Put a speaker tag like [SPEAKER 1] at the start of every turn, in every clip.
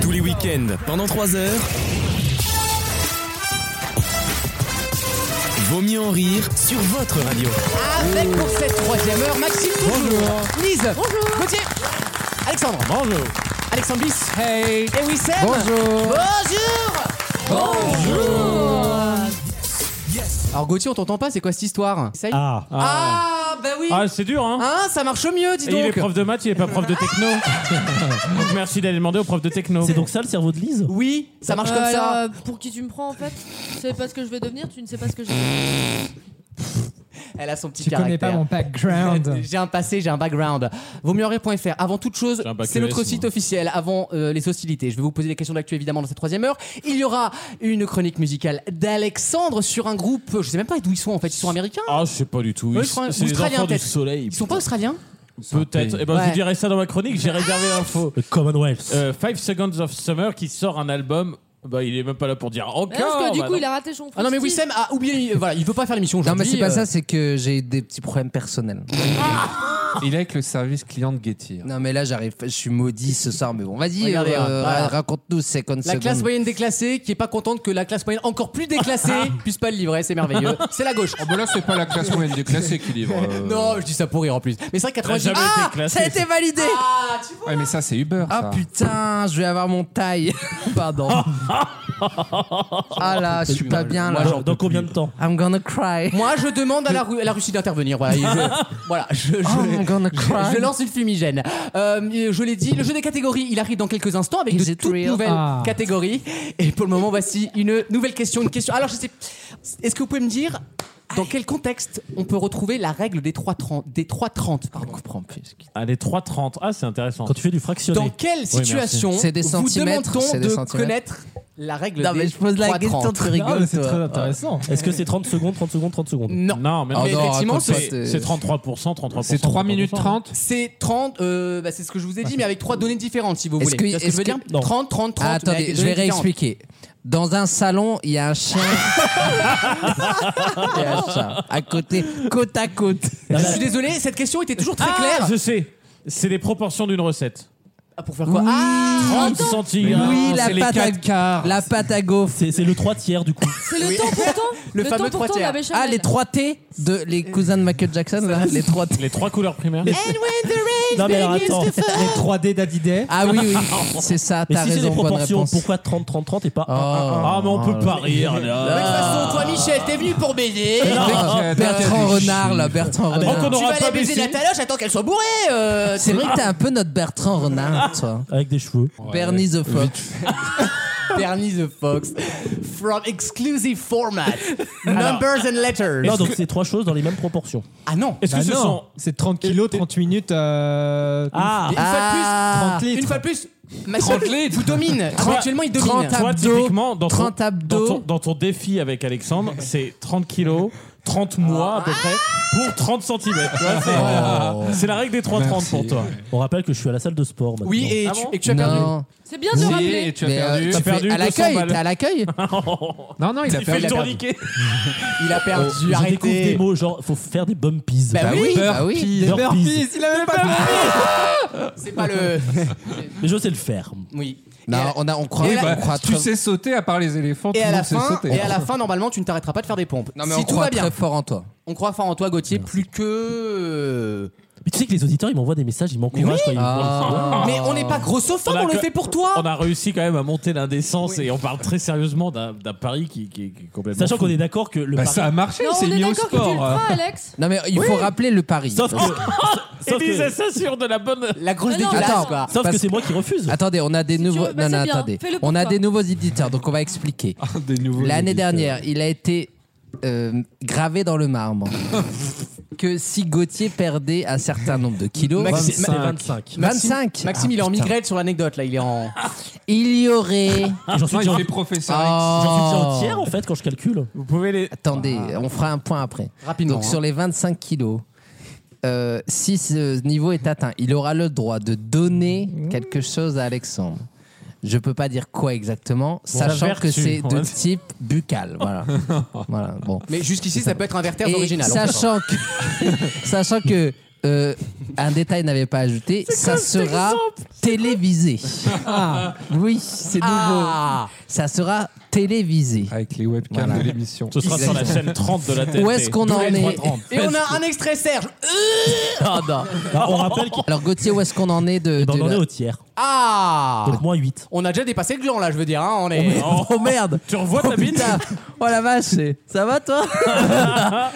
[SPEAKER 1] Tous les week-ends, pendant 3 heures. Vaut mieux en rire sur votre radio.
[SPEAKER 2] Avec pour cette troisième heure, Maxime Bonjour, Lise Bonjour Gauthier Alexandre Bonjour Alexandre Bis Hey Et Wissem Bonjour Bonjour Alors Gauthier, on t'entend pas, c'est quoi cette histoire Ça y est
[SPEAKER 3] Ah, ah.
[SPEAKER 2] Ah, bah oui
[SPEAKER 3] Ah, c'est dur, hein
[SPEAKER 2] Hein, ça marche mieux, dis
[SPEAKER 3] Et il est
[SPEAKER 2] donc
[SPEAKER 3] prof de maths, il est pas prof de techno. donc merci d'aller demander au prof de techno.
[SPEAKER 4] C'est donc ça le cerveau de Lise
[SPEAKER 2] Oui, ça marche
[SPEAKER 5] Euh,
[SPEAKER 2] comme
[SPEAKER 5] alors,
[SPEAKER 2] ça
[SPEAKER 5] euh, pour qui tu me prends en fait Tu sais pas ce que je vais devenir, tu ne sais pas ce que j'ai.
[SPEAKER 2] Elle a son petit
[SPEAKER 6] Tu connais
[SPEAKER 2] caractère.
[SPEAKER 6] pas mon background.
[SPEAKER 2] J'ai un passé, j'ai un background. Vaut mieux en rire.fr. Avant toute chose,
[SPEAKER 3] J'ai un bac
[SPEAKER 2] c'est notre
[SPEAKER 3] ES,
[SPEAKER 2] site
[SPEAKER 3] moi.
[SPEAKER 2] officiel. Avant euh, les hostilités, je vais vous poser des questions d'actu évidemment dans cette troisième heure. Il y aura une chronique musicale d'Alexandre sur un groupe. euh, Je sais même pas d'où ils sont en fait. Ils sont américains.
[SPEAKER 3] Ah, je sais pas du tout.
[SPEAKER 2] Oui,
[SPEAKER 3] Ils-
[SPEAKER 2] je crois un
[SPEAKER 3] c'est les
[SPEAKER 2] Australien,
[SPEAKER 3] enfants du
[SPEAKER 2] peut-être.
[SPEAKER 3] soleil.
[SPEAKER 2] Ils sont pas australiens
[SPEAKER 3] Peut-être. Eh ben, je
[SPEAKER 2] Ouais.
[SPEAKER 3] vous dirai ça dans ma chronique, j'ai réservé l'info.
[SPEAKER 4] Le Commonwealth.
[SPEAKER 3] Euh, Five Seconds of Summer qui sort un album. Bah, il est même pas là pour dire encore.
[SPEAKER 5] Mais non, parce que du
[SPEAKER 3] bah,
[SPEAKER 5] coup,
[SPEAKER 3] non.
[SPEAKER 5] il a raté son
[SPEAKER 2] Ah non mais
[SPEAKER 5] frosty.
[SPEAKER 2] Wissem a oublié. Voilà, il peut pas faire l'émission
[SPEAKER 7] Non, mais
[SPEAKER 2] aujourd'hui.
[SPEAKER 7] c'est pas
[SPEAKER 2] euh,
[SPEAKER 7] ça, c'est que j'ai des petits problèmes personnels.
[SPEAKER 8] Il est avec le service client de Getty.
[SPEAKER 7] Non, mais là, j'arrive, je suis maudit ce soir, mais bon, vas-y,
[SPEAKER 2] Regardez,
[SPEAKER 7] euh,
[SPEAKER 2] hein, voilà.
[SPEAKER 7] raconte-nous c'est comme
[SPEAKER 2] La classe moyenne déclassée qui est pas contente que la classe moyenne encore plus déclassée puisse pas le livrer, c'est merveilleux. C'est la gauche.
[SPEAKER 8] Oh, bah là, c'est pas la classe moyenne déclassée qui livre. euh.
[SPEAKER 2] Non, je dis ça pour rire en plus. Mais c'est vrai que 90
[SPEAKER 3] jamais été classé.
[SPEAKER 2] Ça a été validé Ah, tu vois
[SPEAKER 8] Ouais, mais ça, c'est Uber.
[SPEAKER 7] Ah
[SPEAKER 8] ça.
[SPEAKER 7] putain, je vais avoir mon taille. Pardon. ah là, je suis pas bien là.
[SPEAKER 4] Dans, dans combien de temps
[SPEAKER 7] I'm gonna cry. Oh,
[SPEAKER 2] Moi, je demande à la, Ru- à la Russie d'intervenir. Voilà, Et je, voilà, je, je-
[SPEAKER 7] Oh, I'm gonna
[SPEAKER 2] je-
[SPEAKER 7] cry.
[SPEAKER 2] je lance une fumigène. Euh, je l'ai dit, le jeu des catégories, il arrive dans quelques instants avec
[SPEAKER 7] Is
[SPEAKER 2] de
[SPEAKER 7] it
[SPEAKER 2] toutes
[SPEAKER 7] real
[SPEAKER 2] nouvelles
[SPEAKER 6] Ah.
[SPEAKER 2] catégories. Et pour le moment, voici une nouvelle question. Une question. Alors, je sais, est-ce que vous pouvez me dire dans quel contexte on peut retrouver la règle des 3,30 Des 3,30, pardon.
[SPEAKER 3] Ah, les 3.30. Ah, c'est intéressant.
[SPEAKER 4] Quand tu fais du fractionné.
[SPEAKER 2] Dans quelle situation
[SPEAKER 7] C'est des
[SPEAKER 2] vous
[SPEAKER 7] centimètres,
[SPEAKER 2] demande-t-on
[SPEAKER 7] c'est des
[SPEAKER 2] de
[SPEAKER 7] centimètres.
[SPEAKER 2] connaître la règle
[SPEAKER 7] Non,
[SPEAKER 2] des
[SPEAKER 7] mais je pose la
[SPEAKER 2] 3,30?
[SPEAKER 7] question, tu
[SPEAKER 8] Ah,
[SPEAKER 6] Non, mais
[SPEAKER 7] rigoles.
[SPEAKER 6] c'est
[SPEAKER 7] toi.
[SPEAKER 6] très intéressant.
[SPEAKER 4] Est-ce que c'est 30 secondes, 30 secondes, 30 secondes
[SPEAKER 2] Non.
[SPEAKER 3] Non, mais,
[SPEAKER 7] Ah,
[SPEAKER 3] non,
[SPEAKER 2] Mais
[SPEAKER 7] non,
[SPEAKER 2] effectivement,
[SPEAKER 7] raconte pas,
[SPEAKER 2] c'est-
[SPEAKER 3] c'est 33%, 33%.
[SPEAKER 8] C'est 3 minutes
[SPEAKER 3] 33%.
[SPEAKER 8] 30.
[SPEAKER 2] C'est 30, euh, bah, c'est ce que je vous ai dit, mais avec trois données différentes, si vous
[SPEAKER 7] Est-ce
[SPEAKER 2] voulez.
[SPEAKER 7] que-
[SPEAKER 2] Tu vois ce que je
[SPEAKER 7] est-ce
[SPEAKER 2] veux dire
[SPEAKER 7] que-
[SPEAKER 4] non.
[SPEAKER 2] 30, 30, 30.
[SPEAKER 7] Ah,
[SPEAKER 2] mais avec
[SPEAKER 7] attendez,
[SPEAKER 2] des
[SPEAKER 7] je vais
[SPEAKER 2] données différentes.
[SPEAKER 7] réexpliquer. Dans un salon, il y a un chien. Il y a un chat. À côté, côte à côte.
[SPEAKER 2] Je suis désolé, cette question était toujours très
[SPEAKER 3] Ah,
[SPEAKER 2] claire.
[SPEAKER 3] je sais. C'est les proportions d'une recette.
[SPEAKER 2] Ah, pour faire quoi
[SPEAKER 7] Oui.
[SPEAKER 2] Ah,
[SPEAKER 3] 30 centimes.
[SPEAKER 7] Oui, la
[SPEAKER 3] c'est les
[SPEAKER 7] pâte à-
[SPEAKER 3] 4 quarts.
[SPEAKER 7] La pâte à gaufre.
[SPEAKER 4] hein. C'est c'est le 3 tiers du coup.
[SPEAKER 5] C'est le temps pourtant
[SPEAKER 2] Le fameux
[SPEAKER 5] temps
[SPEAKER 2] trois
[SPEAKER 5] pourtant de
[SPEAKER 2] tiers.
[SPEAKER 5] la
[SPEAKER 7] Ah,
[SPEAKER 5] béchamel.
[SPEAKER 7] les 3 T de les cousins de Michael Jackson, là, les 3 T.
[SPEAKER 3] Les trois couleurs primaires.
[SPEAKER 4] non mais alors attends.
[SPEAKER 6] Les 3D d'Adiday.
[SPEAKER 7] Ah oui, oui, c'est ça,
[SPEAKER 4] Mais
[SPEAKER 7] t'as
[SPEAKER 4] si c'est des
[SPEAKER 7] raison, bonne
[SPEAKER 4] proportions,
[SPEAKER 7] réponse.
[SPEAKER 4] pourquoi 30, 30, 30 et pas 1
[SPEAKER 6] Oh.
[SPEAKER 3] Ah, mais on peut pas rire
[SPEAKER 2] De toute
[SPEAKER 3] là.
[SPEAKER 2] façon, toi, Michel, t'es venu pour baiser.
[SPEAKER 7] Ber- Bertrand Renard, là, Bertrand
[SPEAKER 4] ben,
[SPEAKER 7] Renard.
[SPEAKER 3] on
[SPEAKER 2] Tu
[SPEAKER 3] n'aura
[SPEAKER 2] vas aller
[SPEAKER 3] pas
[SPEAKER 2] baiser
[SPEAKER 3] baissé.
[SPEAKER 2] la taloche, attends qu'elle soit bourrée. euh,
[SPEAKER 7] C'est vrai que t'es un peu notre Bertrand Renard, toi.
[SPEAKER 4] Avec des cheveux.
[SPEAKER 7] Bernie the Fox.
[SPEAKER 2] Bernie the Fox. From exclusive format. Numbers and letters.
[SPEAKER 4] Non, donc c'est trois choses dans les mêmes proportions.
[SPEAKER 2] Ah non.
[SPEAKER 3] Est-ce que
[SPEAKER 6] Bah
[SPEAKER 3] ce
[SPEAKER 6] non,
[SPEAKER 3] sont
[SPEAKER 6] c'est 30 kilos, 30 minutes. euh,
[SPEAKER 4] Ah
[SPEAKER 2] Une fois de plus.
[SPEAKER 6] 30
[SPEAKER 2] Ah,
[SPEAKER 6] litres.
[SPEAKER 2] Une fois de plus. Maxime vous domine. Actuellement, il domine.
[SPEAKER 7] 30
[SPEAKER 3] Toi,
[SPEAKER 7] abdos,
[SPEAKER 3] typiquement, dans ton-
[SPEAKER 7] 30
[SPEAKER 3] dans
[SPEAKER 7] abdos.
[SPEAKER 3] ton, dans ton défi avec Alexandre, c'est 30 kilos, 30 mois à peu près, pour 30 cm. C'est c'est la règle des 3-30 pour toi.
[SPEAKER 4] On rappelle que je suis à la salle de sport maintenant.
[SPEAKER 2] Oui, et,
[SPEAKER 3] Ah
[SPEAKER 2] tu,
[SPEAKER 3] bon
[SPEAKER 2] et que tu as perdu.
[SPEAKER 7] Non,
[SPEAKER 5] C'est bien de
[SPEAKER 8] Si,
[SPEAKER 5] rappeler.
[SPEAKER 8] et tu as
[SPEAKER 7] mais euh,
[SPEAKER 8] perdu.
[SPEAKER 7] tu fais-
[SPEAKER 3] perdu
[SPEAKER 7] à
[SPEAKER 3] 200
[SPEAKER 7] l'accueil,
[SPEAKER 3] balles.
[SPEAKER 7] t'es à l'accueil
[SPEAKER 8] Non, non, il a
[SPEAKER 3] Il fait
[SPEAKER 8] perdu.
[SPEAKER 3] le
[SPEAKER 8] Il a perdu.
[SPEAKER 3] tourniquet.
[SPEAKER 2] Il a
[SPEAKER 7] Oh,
[SPEAKER 2] perdu.
[SPEAKER 4] Je découvre des
[SPEAKER 2] Arrêtez.
[SPEAKER 4] mots genre faut faire des bumpies.
[SPEAKER 2] Bah oui.
[SPEAKER 7] bah oui.
[SPEAKER 4] Burpees.
[SPEAKER 6] il avait pas
[SPEAKER 2] C'est pas le.
[SPEAKER 4] Mais je sais le faire.
[SPEAKER 2] Oui. Et
[SPEAKER 7] Non,
[SPEAKER 2] à-
[SPEAKER 7] on, a, on croit,
[SPEAKER 2] Et
[SPEAKER 7] on
[SPEAKER 2] là-
[SPEAKER 7] croit
[SPEAKER 8] Tu
[SPEAKER 7] très-
[SPEAKER 8] sais sauter à part les éléphants,
[SPEAKER 2] Et
[SPEAKER 8] tout
[SPEAKER 2] à,
[SPEAKER 8] le
[SPEAKER 2] la
[SPEAKER 8] monde sait
[SPEAKER 2] fin,
[SPEAKER 8] sauter. hein.
[SPEAKER 2] et à la fin, normalement, tu ne t'arrêteras pas de faire des pompes.
[SPEAKER 7] Non, mais
[SPEAKER 2] si
[SPEAKER 7] on
[SPEAKER 2] tout
[SPEAKER 7] croit
[SPEAKER 2] va bien,
[SPEAKER 7] très fort en toi.
[SPEAKER 2] on croit fort en toi, Gauthier, plus que. euh,
[SPEAKER 4] Mais tu sais que les auditeurs ils m'envoient des messages, ils m'encouragent quand ils me
[SPEAKER 6] Ah.
[SPEAKER 4] voient.
[SPEAKER 2] Ah. Mais on n'est pas grossophobe,
[SPEAKER 3] Ah. On
[SPEAKER 2] on,
[SPEAKER 3] a
[SPEAKER 2] le
[SPEAKER 3] que-
[SPEAKER 2] fait pour toi.
[SPEAKER 3] On a réussi quand même à monter l'indécence et on parle très sérieusement d'un d'un pari qui, qui- qui est complètement.
[SPEAKER 4] Sachant
[SPEAKER 3] fou.
[SPEAKER 4] qu'on est d'accord que le
[SPEAKER 8] Bah,
[SPEAKER 4] pari-
[SPEAKER 8] ça a marché,
[SPEAKER 5] Non,
[SPEAKER 8] il
[SPEAKER 5] on
[SPEAKER 8] s'est
[SPEAKER 5] est
[SPEAKER 8] mis au
[SPEAKER 5] d'accord que tu le
[SPEAKER 8] sport.
[SPEAKER 2] hein.
[SPEAKER 5] feras, Alex.
[SPEAKER 7] Non, mais il faut rappeler le pari.
[SPEAKER 4] Sauf que.
[SPEAKER 7] Parce-
[SPEAKER 3] Et
[SPEAKER 4] sauf
[SPEAKER 3] disait
[SPEAKER 4] que,
[SPEAKER 3] ça sur de la bonne.
[SPEAKER 2] La grosse
[SPEAKER 5] Mais non,
[SPEAKER 2] dégueulasse,
[SPEAKER 7] attends.
[SPEAKER 2] quoi.
[SPEAKER 4] sauf que
[SPEAKER 7] parce
[SPEAKER 4] c'est moi qui refuse.
[SPEAKER 7] Attendez, on a des
[SPEAKER 5] tu
[SPEAKER 7] nouveaux.
[SPEAKER 5] veux, bah, c'est
[SPEAKER 7] non, non,
[SPEAKER 5] bien.
[SPEAKER 7] attendez.
[SPEAKER 5] Fais-le pour
[SPEAKER 7] On a
[SPEAKER 5] toi.
[SPEAKER 7] des nouveaux éditeurs, donc on va expliquer.
[SPEAKER 2] Ah,
[SPEAKER 8] Ah, Des nouveaux
[SPEAKER 7] L'année
[SPEAKER 8] éditeurs.
[SPEAKER 7] dernière, il a été euh, gravé dans le marbre que si Gauthier perdait un certain nombre de kilos,
[SPEAKER 2] Maxi-
[SPEAKER 4] C'est 25.
[SPEAKER 7] 25,
[SPEAKER 2] Maxime,
[SPEAKER 3] Ah,
[SPEAKER 2] il est en migraine sur l'anecdote, là, il est en.
[SPEAKER 7] il y aurait.
[SPEAKER 4] Et J'en suis
[SPEAKER 8] Non,
[SPEAKER 4] déjà
[SPEAKER 8] il
[SPEAKER 4] j'en
[SPEAKER 8] fait
[SPEAKER 4] suis
[SPEAKER 8] professeur.
[SPEAKER 4] déjà
[SPEAKER 7] Oh.
[SPEAKER 4] en tiers en fait quand je calcule.
[SPEAKER 3] Vous pouvez les.
[SPEAKER 7] Attendez, on fera un point après.
[SPEAKER 2] Rapidement,
[SPEAKER 7] Donc
[SPEAKER 2] hein.
[SPEAKER 7] sur les 25 kilos, euh, si ce niveau est atteint, il aura le droit de donner quelque chose à Alexandre. Je peux pas dire quoi exactement, sachant
[SPEAKER 3] vertu,
[SPEAKER 7] que c'est
[SPEAKER 3] on
[SPEAKER 7] de
[SPEAKER 3] va dire.
[SPEAKER 7] type buccal. Voilà. voilà bon.
[SPEAKER 2] Mais jusqu'ici, ça peut être un vertère
[SPEAKER 7] Et
[SPEAKER 2] original. en fait.
[SPEAKER 7] sachant que, sachant que euh, un détail n'avait pas ajouté, ça sera télévisé. Ah, Oui, c'est
[SPEAKER 2] Ah.
[SPEAKER 7] nouveau. Ça sera télévisé.
[SPEAKER 8] Avec les webcams
[SPEAKER 7] Voilà.
[SPEAKER 8] de l'émission.
[SPEAKER 3] Ce sera sur la chaîne 30 de la télé.
[SPEAKER 7] Où est-ce qu'on en est
[SPEAKER 2] Et on a un extrait, Serge.
[SPEAKER 4] Ah, non. Ah, on rappelle qu'il
[SPEAKER 7] Alors Gauthier, où est-ce qu'on en est de, de
[SPEAKER 4] Eh ben, on en
[SPEAKER 7] la-
[SPEAKER 4] est au tiers.
[SPEAKER 2] Ah
[SPEAKER 4] Donc moins 8.
[SPEAKER 2] On a déjà dépassé le gland là, je veux dire. hein, on est.
[SPEAKER 7] Oh merde
[SPEAKER 3] Tu revois ta bite
[SPEAKER 7] Putain Oh la vache c'est- Ça va toi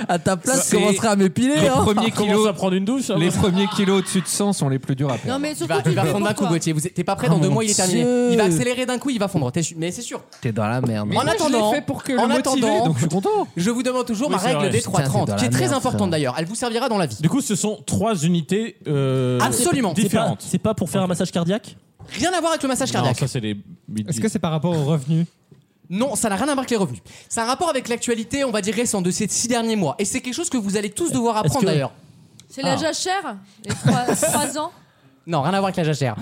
[SPEAKER 7] À ta place,
[SPEAKER 8] C'est-
[SPEAKER 7] je commencerai à m'épiler.
[SPEAKER 8] Les
[SPEAKER 7] Hein.
[SPEAKER 8] premiers
[SPEAKER 3] Commence
[SPEAKER 8] kilos,
[SPEAKER 3] à prendre une douche. hein.
[SPEAKER 8] les premiers kilos au-dessus de 100 sont les plus durs à
[SPEAKER 5] Non,
[SPEAKER 8] perdre.
[SPEAKER 5] mais
[SPEAKER 2] Il
[SPEAKER 5] surtout,
[SPEAKER 2] va,
[SPEAKER 5] tu
[SPEAKER 2] il va
[SPEAKER 5] fais
[SPEAKER 2] fondre d'un coup,
[SPEAKER 5] pourquoi
[SPEAKER 2] Gauthier. Vous êtes- T'es pas prêt, dans
[SPEAKER 8] Ah,
[SPEAKER 7] Oh,
[SPEAKER 2] deux
[SPEAKER 7] mon
[SPEAKER 2] mois, il est terminé.
[SPEAKER 7] Dieu.
[SPEAKER 2] Il va accélérer d'un coup, il va fondre. T'es sûr- Mais c'est sûr.
[SPEAKER 7] T'es dans la merde.
[SPEAKER 2] En attendant,
[SPEAKER 8] fait pour que le
[SPEAKER 2] en
[SPEAKER 8] motiver,
[SPEAKER 2] attendant,
[SPEAKER 8] donc je suis content.
[SPEAKER 2] je vous demande toujours
[SPEAKER 3] Oui,
[SPEAKER 2] ma
[SPEAKER 3] c'est
[SPEAKER 2] règle
[SPEAKER 3] vrai.
[SPEAKER 2] des
[SPEAKER 7] Putain, t'es
[SPEAKER 2] 3,30,
[SPEAKER 7] dans
[SPEAKER 2] qui est
[SPEAKER 7] la
[SPEAKER 2] très
[SPEAKER 7] merde,
[SPEAKER 2] importante
[SPEAKER 7] frère.
[SPEAKER 2] d'ailleurs. Elle vous servira dans la vie.
[SPEAKER 3] Du coup, ce sont trois unités euh,
[SPEAKER 2] Absolument.
[SPEAKER 4] C'est pas,
[SPEAKER 3] différentes.
[SPEAKER 4] c'est pas pour faire un massage cardiaque
[SPEAKER 2] Rien à voir avec le massage
[SPEAKER 3] Non,
[SPEAKER 2] cardiaque.
[SPEAKER 3] ça c'est les.
[SPEAKER 6] Est-ce que c'est par rapport aux revenus
[SPEAKER 2] Non, ça n'a rien à voir avec les revenus. Ça a un rapport avec l'actualité, on va dire récente, de ces six derniers mois. Et c'est quelque chose que vous allez tous devoir apprendre
[SPEAKER 4] que-
[SPEAKER 2] d'ailleurs.
[SPEAKER 5] C'est la
[SPEAKER 2] Ah.
[SPEAKER 5] jachère, les 3 ans.
[SPEAKER 2] Non, rien à voir avec la jachère.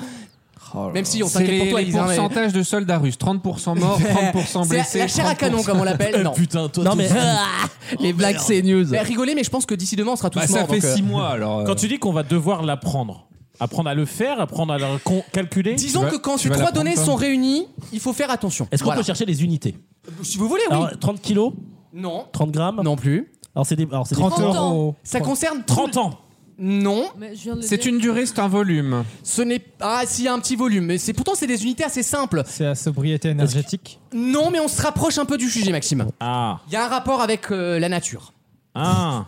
[SPEAKER 2] Même si on
[SPEAKER 8] C'est
[SPEAKER 2] s'inquiète pour
[SPEAKER 8] les,
[SPEAKER 2] toi,
[SPEAKER 8] les
[SPEAKER 2] Elisa, mais-
[SPEAKER 8] pourcentages de soldats russes 30% morts, 30%
[SPEAKER 2] C'est la-
[SPEAKER 8] blessés.
[SPEAKER 2] la chair à
[SPEAKER 8] 30%.
[SPEAKER 2] canon, comme on l'appelle. Non.
[SPEAKER 1] Putain, toi,
[SPEAKER 4] Non
[SPEAKER 1] t'es-
[SPEAKER 4] mais euh,
[SPEAKER 7] Les blagues c'est news.
[SPEAKER 2] Mais rigolez, mais je pense que d'ici demain, on sera tous
[SPEAKER 8] Bah,
[SPEAKER 2] morts.
[SPEAKER 8] ça fait
[SPEAKER 2] donc, euh,
[SPEAKER 8] 6 mois alors. euh,
[SPEAKER 3] Quand tu dis qu'on va devoir l'apprendre, apprendre à le faire, apprendre à le con- calculer.
[SPEAKER 2] Disons
[SPEAKER 8] Tu vas-
[SPEAKER 2] que quand
[SPEAKER 8] tu
[SPEAKER 2] ces
[SPEAKER 8] vas
[SPEAKER 2] trois
[SPEAKER 8] l'apprendre,
[SPEAKER 2] données
[SPEAKER 8] toi
[SPEAKER 2] sont réunies, il faut faire attention.
[SPEAKER 4] Est-ce qu'on
[SPEAKER 2] Voilà.
[SPEAKER 4] peut chercher les unités
[SPEAKER 2] Si vous voulez, oui.
[SPEAKER 4] Alors 30 kilos
[SPEAKER 2] Non.
[SPEAKER 4] 30 grammes
[SPEAKER 2] Non plus.
[SPEAKER 4] Alors c'est des. Alors c'est des-
[SPEAKER 6] 30
[SPEAKER 5] 30
[SPEAKER 6] euros.
[SPEAKER 2] Ça concerne
[SPEAKER 3] 30 ans
[SPEAKER 2] Non.
[SPEAKER 5] Mais je viens de le
[SPEAKER 8] C'est
[SPEAKER 5] dire.
[SPEAKER 8] une durée, c'est un volume.
[SPEAKER 2] Ce n'est ah s'il y a un petit volume, mais c'est pourtant c'est des unités assez simples.
[SPEAKER 6] C'est la sobriété énergétique.
[SPEAKER 2] Non, mais on se rapproche un peu du sujet, Maxime.
[SPEAKER 3] Ah,
[SPEAKER 2] Il y a un rapport avec euh, la nature.
[SPEAKER 3] ah.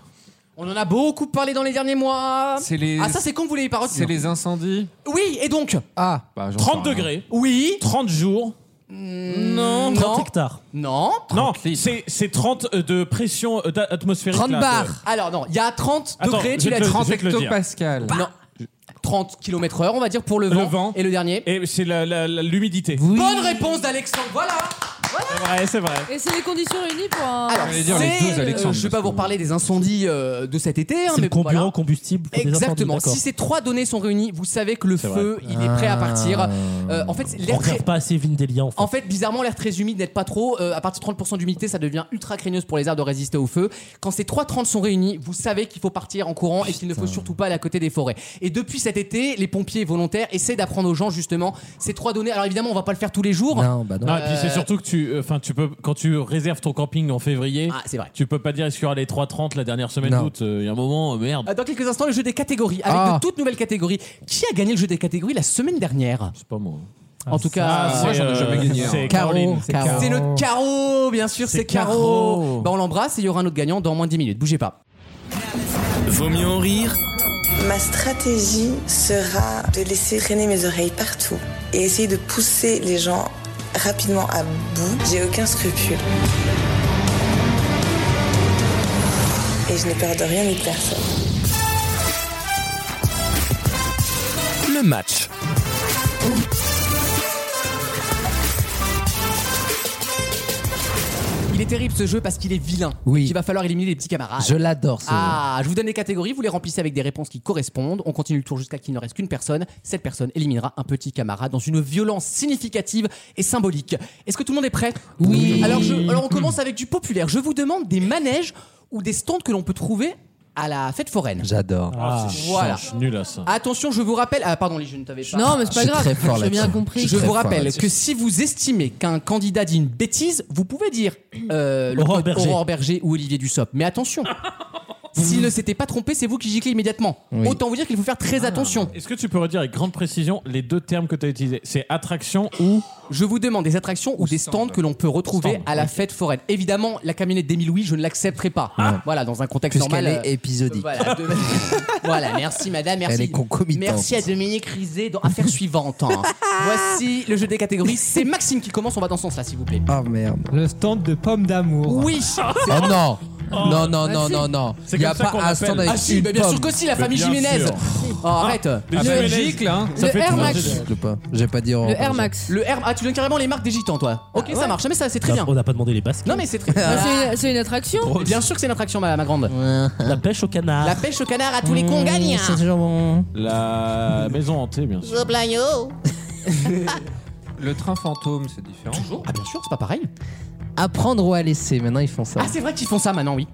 [SPEAKER 2] On en a beaucoup parlé dans les derniers mois.
[SPEAKER 8] C'est les,
[SPEAKER 2] Ah ça c'est con, vous l'avez pas retenu.
[SPEAKER 8] c'est les incendies.
[SPEAKER 2] Oui, et donc Ah.
[SPEAKER 8] Bah, j'en sais
[SPEAKER 3] 30
[SPEAKER 8] rien.
[SPEAKER 3] degrés,
[SPEAKER 2] Oui.
[SPEAKER 3] 30 jours.
[SPEAKER 2] Non.
[SPEAKER 4] 30
[SPEAKER 2] Non.
[SPEAKER 4] hectares.
[SPEAKER 2] Non.
[SPEAKER 3] Non,
[SPEAKER 8] 30 litres.
[SPEAKER 3] c'est c'est 30 euh, de pression euh, d'a- atmosphérique.
[SPEAKER 7] 30
[SPEAKER 3] là, de-
[SPEAKER 7] bars.
[SPEAKER 2] Alors non, il y a 30
[SPEAKER 3] Attends,
[SPEAKER 2] degrés,
[SPEAKER 3] je
[SPEAKER 2] tu l'as
[SPEAKER 3] te-
[SPEAKER 2] dit.
[SPEAKER 8] 30
[SPEAKER 3] vais te le dire.
[SPEAKER 8] hectopascal.
[SPEAKER 2] Non. 30 km heure, on va dire pour le,
[SPEAKER 3] Le
[SPEAKER 2] vent.
[SPEAKER 3] vent.
[SPEAKER 2] Et le dernier.
[SPEAKER 3] Et c'est la- la- la- l'humidité.
[SPEAKER 7] Oui.
[SPEAKER 2] Bonne réponse d'Alexandre. Voilà.
[SPEAKER 3] C'est vrai, c'est vrai.
[SPEAKER 5] Et c'est les conditions réunies pour un.
[SPEAKER 2] Alors,
[SPEAKER 8] J'allais dire les
[SPEAKER 2] c'est,
[SPEAKER 8] douze,
[SPEAKER 2] euh,
[SPEAKER 8] Alexandre,
[SPEAKER 2] je vais pas
[SPEAKER 8] parce
[SPEAKER 2] vous
[SPEAKER 8] que-
[SPEAKER 2] reparler des incendies euh, de cet été, hein,
[SPEAKER 4] C'est
[SPEAKER 2] mais
[SPEAKER 4] le comburant
[SPEAKER 2] voilà.
[SPEAKER 4] combustible pour des incendies,
[SPEAKER 2] Exactement.
[SPEAKER 4] d'accord.
[SPEAKER 2] Si ces trois données sont réunies, vous savez que le feu, il est prêt à partir. Euh, en fait,
[SPEAKER 4] On
[SPEAKER 2] l'air très... Oh,
[SPEAKER 4] regarde pas assez Vindelia en fait.
[SPEAKER 2] En fait, bizarrement, l'air très humide n'aide pas trop. Euh, à partir de 30% d'humidité, ça devient ultra craigneuse pour les arbres de résister au feu. Quand ces trois 30 sont réunis, vous savez qu'il faut partir en courant et qu'il ne faut surtout pas aller à côté des forêts. Et depuis cet été, les pompiers volontaires essaient d'apprendre aux gens justement ces trois données. Alors évidemment, on va pas le faire tous les jours.
[SPEAKER 7] Non, bah non.
[SPEAKER 3] Non, et puis c'est surtout que tu, euh, enfin, tu peux, quand tu réserves ton camping en février,
[SPEAKER 2] Ah, c'est vrai.
[SPEAKER 3] tu peux pas dire est-ce qu'il y aura les 3.30 la dernière semaine
[SPEAKER 7] Non.
[SPEAKER 3] d'août. Euh, Il y a un moment, euh, merde.
[SPEAKER 2] Euh, Dans quelques instants, le jeu des catégories, avec
[SPEAKER 7] Ah.
[SPEAKER 2] de toutes nouvelles catégories. Qui a gagné le jeu des catégories la semaine dernière
[SPEAKER 3] C'est pas moi.
[SPEAKER 2] En tout cas,
[SPEAKER 3] Ah,
[SPEAKER 2] moi,
[SPEAKER 3] c'est,
[SPEAKER 2] j'en ai
[SPEAKER 3] euh,
[SPEAKER 8] jamais gagné, hein.
[SPEAKER 3] C'est
[SPEAKER 7] Caro,
[SPEAKER 3] Caroline.
[SPEAKER 7] Caro.
[SPEAKER 2] C'est le carreau, bien sûr, c'est carreau. Bah, on l'embrasse et il y aura un autre gagnant dans moins de 10 minutes. Bougez pas.
[SPEAKER 1] Vaut mieux en rire
[SPEAKER 9] Ma stratégie sera de laisser traîner mes oreilles partout et essayer de pousser les gens rapidement à bout. J'ai aucun scrupule. Et je n'ai peur de rien ni de personne.
[SPEAKER 1] le match.
[SPEAKER 2] Il est terrible ce jeu parce qu'il est vilain.
[SPEAKER 7] Oui.
[SPEAKER 2] Il va falloir éliminer les petits camarades.
[SPEAKER 7] Je l'adore ce
[SPEAKER 2] Ah, je vous donne les catégories, vous les remplissez avec des réponses qui correspondent. On continue le tour jusqu'à ce qu'il ne reste qu'une personne. Cette personne éliminera un petit camarade dans une violence significative et symbolique. Est-ce que tout le monde est prêt
[SPEAKER 7] Oui.
[SPEAKER 2] Alors, je- alors on commence avec du populaire. Je vous demande des manèges ou des stands que l'on peut trouver à la fête foraine.
[SPEAKER 7] jeu. J'adore.
[SPEAKER 3] Ah, c'est
[SPEAKER 2] Voilà.
[SPEAKER 3] chiant, Je suis nul à ça.
[SPEAKER 2] Attention, je vous rappelle. Ah, pardon, Lee, je ne t'avais pas.
[SPEAKER 5] Non, mais c'est
[SPEAKER 7] Je
[SPEAKER 5] pas
[SPEAKER 7] suis
[SPEAKER 5] grave.
[SPEAKER 7] très fort
[SPEAKER 5] J'ai bien
[SPEAKER 7] là-dessus.
[SPEAKER 5] compris.
[SPEAKER 2] Je
[SPEAKER 7] Très
[SPEAKER 2] vous
[SPEAKER 7] fort
[SPEAKER 2] rappelle
[SPEAKER 7] là-dessus.
[SPEAKER 2] que si vous estimez qu'un candidat dit une bêtise, vous pouvez dire euh, le
[SPEAKER 4] Aurore
[SPEAKER 2] code
[SPEAKER 4] Berger.
[SPEAKER 2] Aurore Berger ou Olivier Dussopt. Mais attention, s'il ne s'était pas trompé, c'est vous qui giclez immédiatement.
[SPEAKER 7] Oui. Ah.
[SPEAKER 2] Autant vous dire qu'il faut faire très attention.
[SPEAKER 3] Est-ce que tu peux redire avec grande précision les deux termes que tu as utilisés C'est attraction ou.
[SPEAKER 2] Je vous demande des attractions ou, des stands que l'on peut retrouver
[SPEAKER 3] Stand,
[SPEAKER 2] à la fête foraine. Évidemment, la camionnette d'Émile Louis, je ne l'accepterai pas. Voilà, dans un contexte
[SPEAKER 7] Puisqu'elle
[SPEAKER 2] normal.
[SPEAKER 7] est
[SPEAKER 2] euh,
[SPEAKER 7] épisodique.
[SPEAKER 2] Voilà, de- voilà, merci madame, merci.
[SPEAKER 7] Elle est concomitante.
[SPEAKER 2] Merci à Dominique Rizet dans Affaire suivante. hein. Voici le jeu des catégories. C'est Maxime qui commence, on va dans ce sens-là, s'il vous plaît.
[SPEAKER 7] Oh merde.
[SPEAKER 6] Le stand de pommes d'amour.
[SPEAKER 2] Oui
[SPEAKER 7] Oh non. Non, non, non, non, non.
[SPEAKER 3] C'est
[SPEAKER 7] Il n'y a
[SPEAKER 3] comme ça
[SPEAKER 7] pas
[SPEAKER 3] qu'on
[SPEAKER 7] un stand
[SPEAKER 3] appelle.
[SPEAKER 7] avec
[SPEAKER 2] Ah si, bah, bien
[SPEAKER 7] une
[SPEAKER 2] sûr que si, la famille
[SPEAKER 3] bien
[SPEAKER 2] Jiménez.
[SPEAKER 3] sûr.
[SPEAKER 2] Oh, arrête.
[SPEAKER 3] Ah,
[SPEAKER 2] le,
[SPEAKER 3] bah,
[SPEAKER 8] Belgique là. hein.
[SPEAKER 2] le Air
[SPEAKER 5] trop
[SPEAKER 2] Max.
[SPEAKER 5] plaisir.
[SPEAKER 7] Je sais pas. J'ai pas dit
[SPEAKER 5] Le Air Max.
[SPEAKER 2] Le Air- Ah, tu donnes carrément les marques des gitans, toi. Ok, ça marche, mais ça, c'est très
[SPEAKER 4] On a-
[SPEAKER 2] bien.
[SPEAKER 4] On n'a pas demandé les basques.
[SPEAKER 2] Non, mais c'est très
[SPEAKER 5] Ah,
[SPEAKER 2] bien.
[SPEAKER 5] c'est- C'est une attraction.
[SPEAKER 2] Bien sûr que c'est une attraction, ma, ma grande.
[SPEAKER 4] La pêche au canard.
[SPEAKER 2] La pêche au canard à tous les cons gagne. hein.
[SPEAKER 3] La maison hantée, bien sûr.
[SPEAKER 8] Le train fantôme, c'est différent.
[SPEAKER 2] Ah, bien sûr, c'est pas pareil.
[SPEAKER 7] Apprendre ou à laisser. Maintenant, ils font ça.
[SPEAKER 2] Ah, c'est vrai qu'ils font ça maintenant, oui.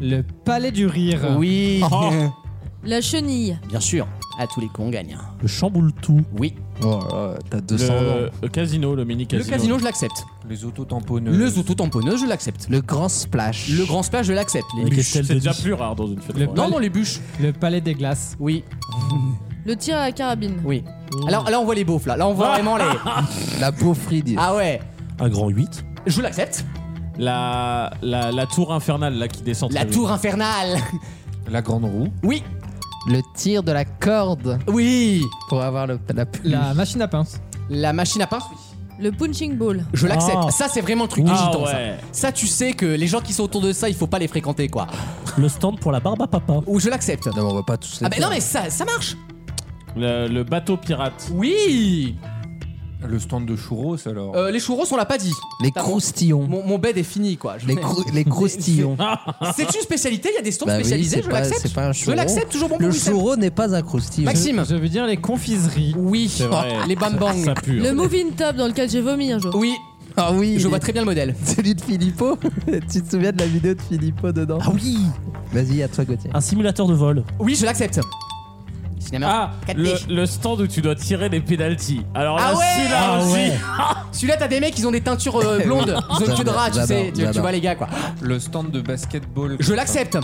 [SPEAKER 6] Le palais du rire.
[SPEAKER 2] Oui.
[SPEAKER 3] Oh.
[SPEAKER 5] La chenille.
[SPEAKER 2] Bien sûr, à tous les coups, on gagne.
[SPEAKER 4] Le chamboule tout.
[SPEAKER 2] Oui.
[SPEAKER 7] Oh là là, t'as 200 ans.
[SPEAKER 3] Le euh, casino, le mini
[SPEAKER 2] Le
[SPEAKER 3] casino.
[SPEAKER 2] casino, je l'accepte.
[SPEAKER 8] Les autotamponneuses.
[SPEAKER 2] Le zooto-tamponneuse, je l'accepte.
[SPEAKER 7] Le grand splash.
[SPEAKER 2] Le grand splash, je l'accepte. Les
[SPEAKER 4] Avec
[SPEAKER 2] bûches.
[SPEAKER 4] Estelle
[SPEAKER 3] C'est déjà
[SPEAKER 4] Denis.
[SPEAKER 3] plus rare dans une fête.
[SPEAKER 6] Le-
[SPEAKER 3] foraine.
[SPEAKER 2] Non, non, les bûches.
[SPEAKER 6] Le palais des glaces.
[SPEAKER 2] Oui,
[SPEAKER 5] Le tir à la carabine.
[SPEAKER 2] oui. Alors là, on voit les beaufs, là. Là, on voit vraiment les.
[SPEAKER 7] La beaufride.
[SPEAKER 2] Ah ouais.
[SPEAKER 4] Un grand 8.
[SPEAKER 2] Je l'accepte.
[SPEAKER 3] La, la, la tour infernale là qui descend.
[SPEAKER 2] La
[SPEAKER 3] très vite.
[SPEAKER 2] tour infernale.
[SPEAKER 8] La grande roue.
[SPEAKER 2] Oui,
[SPEAKER 7] Le tir de la corde
[SPEAKER 2] oui.
[SPEAKER 7] pour avoir le, la pluie.
[SPEAKER 6] La machine à pince.
[SPEAKER 2] La machine à pince, oui.
[SPEAKER 5] Le punching ball.
[SPEAKER 2] Je l'accepte.
[SPEAKER 4] Ah.
[SPEAKER 2] Ça, c'est vraiment le truc des
[SPEAKER 3] Ah
[SPEAKER 2] gitans, ça.
[SPEAKER 3] ouais.
[SPEAKER 2] Ça, tu sais que les gens qui sont autour de ça, il faut pas les fréquenter, quoi.
[SPEAKER 4] Le stand pour la barbe à papa.
[SPEAKER 2] Ou je l'accepte.
[SPEAKER 7] Non, mais on va pas tous les
[SPEAKER 2] Ah ben non, mais ça, ça marche.
[SPEAKER 3] Le, le bateau pirate.
[SPEAKER 2] Oui.
[SPEAKER 8] Le stand de churros alors.
[SPEAKER 2] Euh, les churros, on l'a pas dit.
[SPEAKER 7] Les
[SPEAKER 2] T'as-
[SPEAKER 7] croustillons.
[SPEAKER 2] Mon, mon bed est fini, quoi. Je-
[SPEAKER 7] Les, crou- les croustillons.
[SPEAKER 2] C'est une spécialité, il y a des stands
[SPEAKER 7] Bah oui,
[SPEAKER 2] spécialisés,
[SPEAKER 7] c'est
[SPEAKER 2] je
[SPEAKER 7] pas-
[SPEAKER 2] l'accepte.
[SPEAKER 7] c'est pas un
[SPEAKER 2] Je
[SPEAKER 7] churro.
[SPEAKER 2] l'accepte, toujours bon pour
[SPEAKER 7] le
[SPEAKER 2] Wissem.
[SPEAKER 7] churro n'est pas un croustillon.
[SPEAKER 2] Maxime.
[SPEAKER 6] Je veux dire les confiseries.
[SPEAKER 2] Oui.
[SPEAKER 3] C'est vrai.
[SPEAKER 2] Oh, Les bam bang.
[SPEAKER 3] Ça pue. hein.
[SPEAKER 5] Le moving top dans lequel j'ai vomi un jour.
[SPEAKER 2] Oui,
[SPEAKER 7] Ah oui,
[SPEAKER 2] je
[SPEAKER 7] il
[SPEAKER 2] vois
[SPEAKER 7] est-
[SPEAKER 2] très bien le modèle.
[SPEAKER 7] celui de Philippot. tu te souviens de la vidéo de Philippot dedans
[SPEAKER 4] Ah oui
[SPEAKER 7] Vas-y, à toi, Gauthier.
[SPEAKER 4] Un simulateur de vol.
[SPEAKER 2] Oui, je l'accepte. Cinéma.
[SPEAKER 3] Ah,
[SPEAKER 2] 4D.
[SPEAKER 3] le, le stand où tu dois tirer des pénalties. Alors
[SPEAKER 2] Ah
[SPEAKER 3] là,
[SPEAKER 2] ouais
[SPEAKER 3] celui-là
[SPEAKER 4] Ah
[SPEAKER 3] aussi.
[SPEAKER 4] ouais.
[SPEAKER 2] Celui-là, t'as des mecs, ils ont des teintures euh, blondes. Ils ont une queue de rat, tu
[SPEAKER 7] J'adore,
[SPEAKER 2] sais. Tu- Tu
[SPEAKER 7] j'adore.
[SPEAKER 2] vois, les gars, quoi.
[SPEAKER 8] Le stand de basketball.
[SPEAKER 2] Je l'accepte.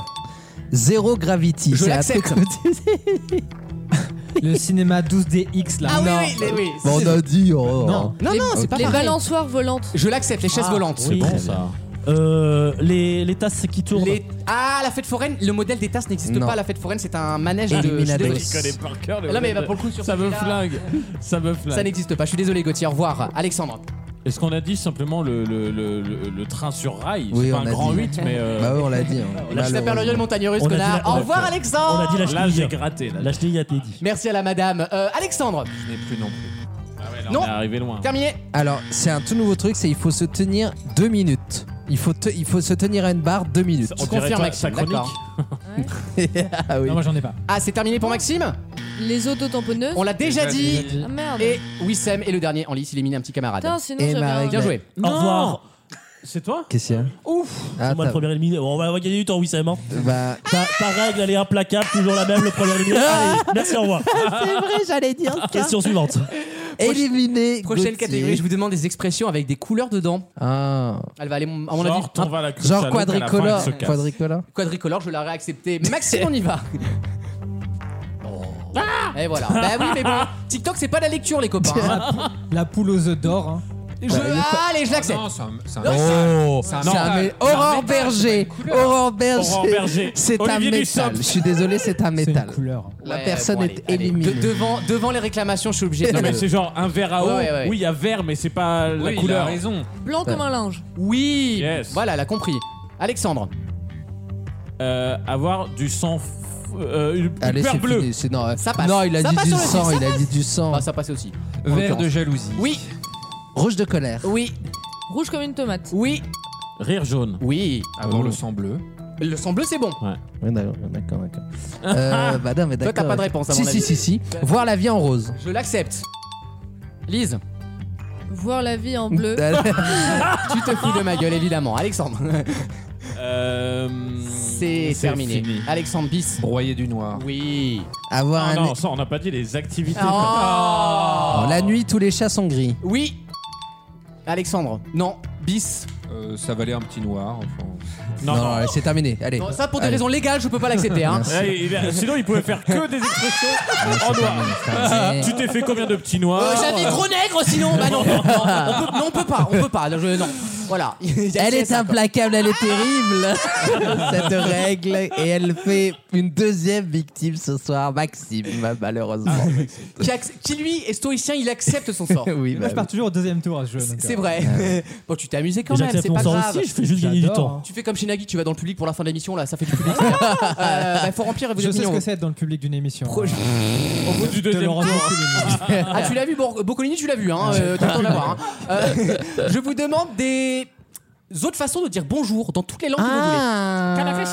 [SPEAKER 7] Zéro Gravity.
[SPEAKER 2] Je
[SPEAKER 7] c'est un truc
[SPEAKER 2] l'accepte.
[SPEAKER 7] que tu-
[SPEAKER 6] Le cinéma 12DX là.
[SPEAKER 2] Ah oui,
[SPEAKER 6] Non.
[SPEAKER 2] oui, les- oui.
[SPEAKER 7] Bon, on a dit. oh.
[SPEAKER 6] Non.
[SPEAKER 2] Non, non, c'est pas
[SPEAKER 5] Les
[SPEAKER 2] pareil.
[SPEAKER 5] balançoires volantes.
[SPEAKER 2] Je l'accepte, les chaises
[SPEAKER 4] Ah,
[SPEAKER 2] volantes.
[SPEAKER 4] oui.
[SPEAKER 3] Bon, ça.
[SPEAKER 4] Euh, les, les tasses qui tournent.
[SPEAKER 2] Les- Ah, la fête foraine, le modèle des tasses n'existe
[SPEAKER 7] Non.
[SPEAKER 2] pas. La fête foraine, c'est un manège de. je suis
[SPEAKER 7] Eliminados.
[SPEAKER 2] désolé.
[SPEAKER 3] Il connaît par cœur. le-
[SPEAKER 2] Non, mais bah, pour le coup, sur
[SPEAKER 3] ça me
[SPEAKER 2] celui-là-
[SPEAKER 3] flingue. Ça me
[SPEAKER 2] Ça
[SPEAKER 3] flingue.
[SPEAKER 2] n'existe pas. Je suis désolé, Gauthier. Au revoir, Alexandre.
[SPEAKER 3] Est-ce qu'on a dit simplement le, le, le, le- le train sur rail
[SPEAKER 7] Oui,
[SPEAKER 3] C'est pas
[SPEAKER 7] on
[SPEAKER 3] un
[SPEAKER 7] a
[SPEAKER 3] grand
[SPEAKER 7] dit.
[SPEAKER 3] 8, mais. euh,
[SPEAKER 7] Bah oui, on l'a dit. hein.
[SPEAKER 2] Je t'appelle
[SPEAKER 7] Malheureusement.
[SPEAKER 2] l'Oriole Montagne Russe,
[SPEAKER 4] On a dit
[SPEAKER 2] connard.
[SPEAKER 4] la-
[SPEAKER 2] Au revoir,
[SPEAKER 4] On
[SPEAKER 2] Alexandre.
[SPEAKER 4] a dit la
[SPEAKER 3] Là, j'ai
[SPEAKER 4] chenille.
[SPEAKER 3] gratté. Là,
[SPEAKER 4] La chenille a été dit.
[SPEAKER 2] Merci à la madame. Euh, Alexandre,
[SPEAKER 8] Je n'ai plus non plus.
[SPEAKER 3] Là,
[SPEAKER 2] Non.
[SPEAKER 3] on est arrivé loin.
[SPEAKER 2] terminé.
[SPEAKER 7] Alors, c'est un tout nouveau truc, c'est il faut se tenir deux minutes. Il faut, te- il faut se tenir à une barre deux minutes.
[SPEAKER 3] On dirait
[SPEAKER 2] confirme,
[SPEAKER 3] ta-
[SPEAKER 2] Maxime,
[SPEAKER 3] ta chronique.
[SPEAKER 2] d'accord.
[SPEAKER 7] Ah oui.
[SPEAKER 6] Non, moi j'en ai pas.
[SPEAKER 2] Ah, c'est terminé pour Maxime
[SPEAKER 5] Les autotamponneuses.
[SPEAKER 2] On l'a déjà
[SPEAKER 8] Déjà
[SPEAKER 2] dit.
[SPEAKER 8] dit.
[SPEAKER 5] Ah merde.
[SPEAKER 2] Et Wissem est le dernier en lice, il élimine un petit camarade.
[SPEAKER 5] Putain, sinon
[SPEAKER 7] Et
[SPEAKER 5] j'avais
[SPEAKER 7] Marie-
[SPEAKER 5] un-
[SPEAKER 2] Bien joué.
[SPEAKER 4] Au revoir.
[SPEAKER 3] C'est toi
[SPEAKER 7] Qu'est-ce qu'il y a
[SPEAKER 2] Ouf
[SPEAKER 7] Ah,
[SPEAKER 4] C'est moi le
[SPEAKER 7] t'as-
[SPEAKER 4] premier éliminé. Bon, on va on va gagner du temps, oui, Sam. hein.
[SPEAKER 7] bah,
[SPEAKER 4] Ta, ta règle, elle est implacable, toujours la même, le premier éliminé.
[SPEAKER 2] Ah.
[SPEAKER 4] Allez, merci, au revoir.
[SPEAKER 7] Ah, C'est vrai, j'allais dire
[SPEAKER 4] Question suivante.
[SPEAKER 7] Éliminer.
[SPEAKER 2] Prochaine
[SPEAKER 7] Gauthier.
[SPEAKER 2] catégorie, je vous demande des expressions avec des couleurs dedans.
[SPEAKER 7] Ah.
[SPEAKER 2] Elle va aller, à mon avis,
[SPEAKER 3] Genre, on va la
[SPEAKER 7] Genre
[SPEAKER 3] cristallote, à la fin,
[SPEAKER 7] quadricolore.
[SPEAKER 3] elle se casse.
[SPEAKER 7] Quadricolore.
[SPEAKER 2] quadricolore, je l'aurais accepté. Maxime, on y va. Et voilà. Bah oui, mais bon, TikTok, c'est pas la lecture, les copains. hein.
[SPEAKER 6] La poule aux œufs d'or. hein.
[SPEAKER 2] Je- Ah, allez, je l'accepte.
[SPEAKER 8] Non, c'est un. c'est un-
[SPEAKER 7] Oh
[SPEAKER 8] c'est un
[SPEAKER 7] C'est un
[SPEAKER 8] métal.
[SPEAKER 7] mé- Aurore Berger. Aurore
[SPEAKER 3] Aurore
[SPEAKER 7] Berger.
[SPEAKER 3] Berger.
[SPEAKER 7] C'est un
[SPEAKER 3] Olivier
[SPEAKER 7] métal.
[SPEAKER 3] Dussopt.
[SPEAKER 7] Je suis désolé, c'est un
[SPEAKER 6] C'est
[SPEAKER 7] métal.
[SPEAKER 6] une couleur.
[SPEAKER 7] La
[SPEAKER 2] Ouais,
[SPEAKER 7] personne
[SPEAKER 2] bon,
[SPEAKER 7] est
[SPEAKER 2] allez, allez.
[SPEAKER 7] éliminée.
[SPEAKER 2] De- devant, devant les réclamations, je suis obligé de.
[SPEAKER 3] Non, mais c'est genre un verre à eau.
[SPEAKER 2] Ouais, ouais, ouais.
[SPEAKER 3] Oui, il y a vert, mais c'est pas
[SPEAKER 8] Oui,
[SPEAKER 3] la
[SPEAKER 8] il a
[SPEAKER 3] couleur.
[SPEAKER 8] raison.
[SPEAKER 5] Blanc comme un linge.
[SPEAKER 2] Oui
[SPEAKER 3] Yes.
[SPEAKER 2] Voilà, elle a compris. Alexandre,
[SPEAKER 3] Euh, avoir du sang. f- euh, une une
[SPEAKER 7] Allez,
[SPEAKER 3] peur
[SPEAKER 7] c'est
[SPEAKER 3] bleue.
[SPEAKER 7] fini. c'est- Non, euh,
[SPEAKER 2] Ça passe.
[SPEAKER 7] non, il a
[SPEAKER 2] Ça
[SPEAKER 7] dit
[SPEAKER 2] passe
[SPEAKER 7] du
[SPEAKER 2] sur le
[SPEAKER 7] sang.
[SPEAKER 2] site,
[SPEAKER 7] Il a dit du
[SPEAKER 6] Oh.
[SPEAKER 7] sang.
[SPEAKER 2] Ah, ça passe aussi.
[SPEAKER 8] Vert de jalousie.
[SPEAKER 2] Oui,
[SPEAKER 7] Rouge de colère.
[SPEAKER 2] oui,
[SPEAKER 5] Rouge comme une tomate.
[SPEAKER 2] oui,
[SPEAKER 3] Rire jaune.
[SPEAKER 2] oui.
[SPEAKER 8] Avoir le sang bleu.
[SPEAKER 2] Le sang bleu, c'est bon.
[SPEAKER 7] Oui, d'accord, d'accord. d'accord. Euh, bah non, mais
[SPEAKER 2] Toi,
[SPEAKER 7] d'accord.
[SPEAKER 2] t'as pas de réponse, à
[SPEAKER 7] Si,
[SPEAKER 2] mon avis.
[SPEAKER 7] si, si, si. Voir la vie en rose.
[SPEAKER 2] Je l'accepte. Lise,
[SPEAKER 5] Voir la vie en bleu.
[SPEAKER 2] tu te fous de ma gueule, évidemment. Alexandre,
[SPEAKER 3] Euh,
[SPEAKER 2] c'est terminé.
[SPEAKER 3] fini.
[SPEAKER 2] Alexandre bis.
[SPEAKER 8] Broyer du noir.
[SPEAKER 2] Oui.
[SPEAKER 7] Avoir
[SPEAKER 3] Ah
[SPEAKER 7] un.
[SPEAKER 3] non, ça, on n'a pas dit les activités.
[SPEAKER 2] Oh.
[SPEAKER 7] La nuit, tous les chats sont gris.
[SPEAKER 2] Oui. Alexandre, non. Bis.
[SPEAKER 8] Euh, ça valait un petit noir. enfin.
[SPEAKER 3] Non, non.
[SPEAKER 7] allez, c'est terminé. Allez.
[SPEAKER 2] Non, ça, pour des
[SPEAKER 7] Allez.
[SPEAKER 2] raisons légales, je peux pas l'accepter. Hein.
[SPEAKER 7] Merci.
[SPEAKER 3] Là, il- il- sinon, il pouvait faire que des expressions en noir.
[SPEAKER 7] Terminé.
[SPEAKER 3] Tu t'es fait combien de petits noirs
[SPEAKER 2] Euh, J'avais trop nègre sinon. Bah non, non, non, on peut, non, on peut pas, on peut pas. Je- non. Voilà. Il y a-
[SPEAKER 7] Elle est
[SPEAKER 2] ça, quoi.
[SPEAKER 7] implacable, elle est terrible.
[SPEAKER 2] Ah!
[SPEAKER 7] Cette règle. Et elle fait une deuxième victime ce soir, Maxime, malheureusement.
[SPEAKER 2] Qui, acc- qui, lui est stoïcien, il accepte son sort.
[SPEAKER 7] oui,
[SPEAKER 6] Moi
[SPEAKER 7] bah,
[SPEAKER 6] je pars toujours au deuxième tour à ce jeu. donc,
[SPEAKER 2] C'est
[SPEAKER 6] euh,
[SPEAKER 2] vrai. Bon, tu t'es amusé quand même,
[SPEAKER 4] Mais J'accepte
[SPEAKER 2] c'est
[SPEAKER 4] mon
[SPEAKER 2] pas
[SPEAKER 4] sort
[SPEAKER 2] grave.
[SPEAKER 4] aussi, je fais juste gagner du
[SPEAKER 6] J'adore,
[SPEAKER 4] temps.
[SPEAKER 6] hein.
[SPEAKER 2] Tu fais comme chez Nagui, tu vas dans le public pour la fin de l'émission, là, ça fait du public. c'est bien. euh, bah, faut remplir et vous
[SPEAKER 6] Je
[SPEAKER 2] êtes
[SPEAKER 6] sais ce
[SPEAKER 2] millions.
[SPEAKER 6] que c'est être dans le public d'une émission.
[SPEAKER 2] Pro-
[SPEAKER 3] hein. Au bout du deuxième
[SPEAKER 6] Doloroso
[SPEAKER 3] tour.
[SPEAKER 6] Colini.
[SPEAKER 2] Ah, tu l'as vu, Bor- Boccolini, tu l'as vu, hein. euh, t'attends de la voir, hein. Euh, je vous demande des autres façons de dire bonjour dans toutes les langues que vous
[SPEAKER 7] Ah.
[SPEAKER 2] voulez.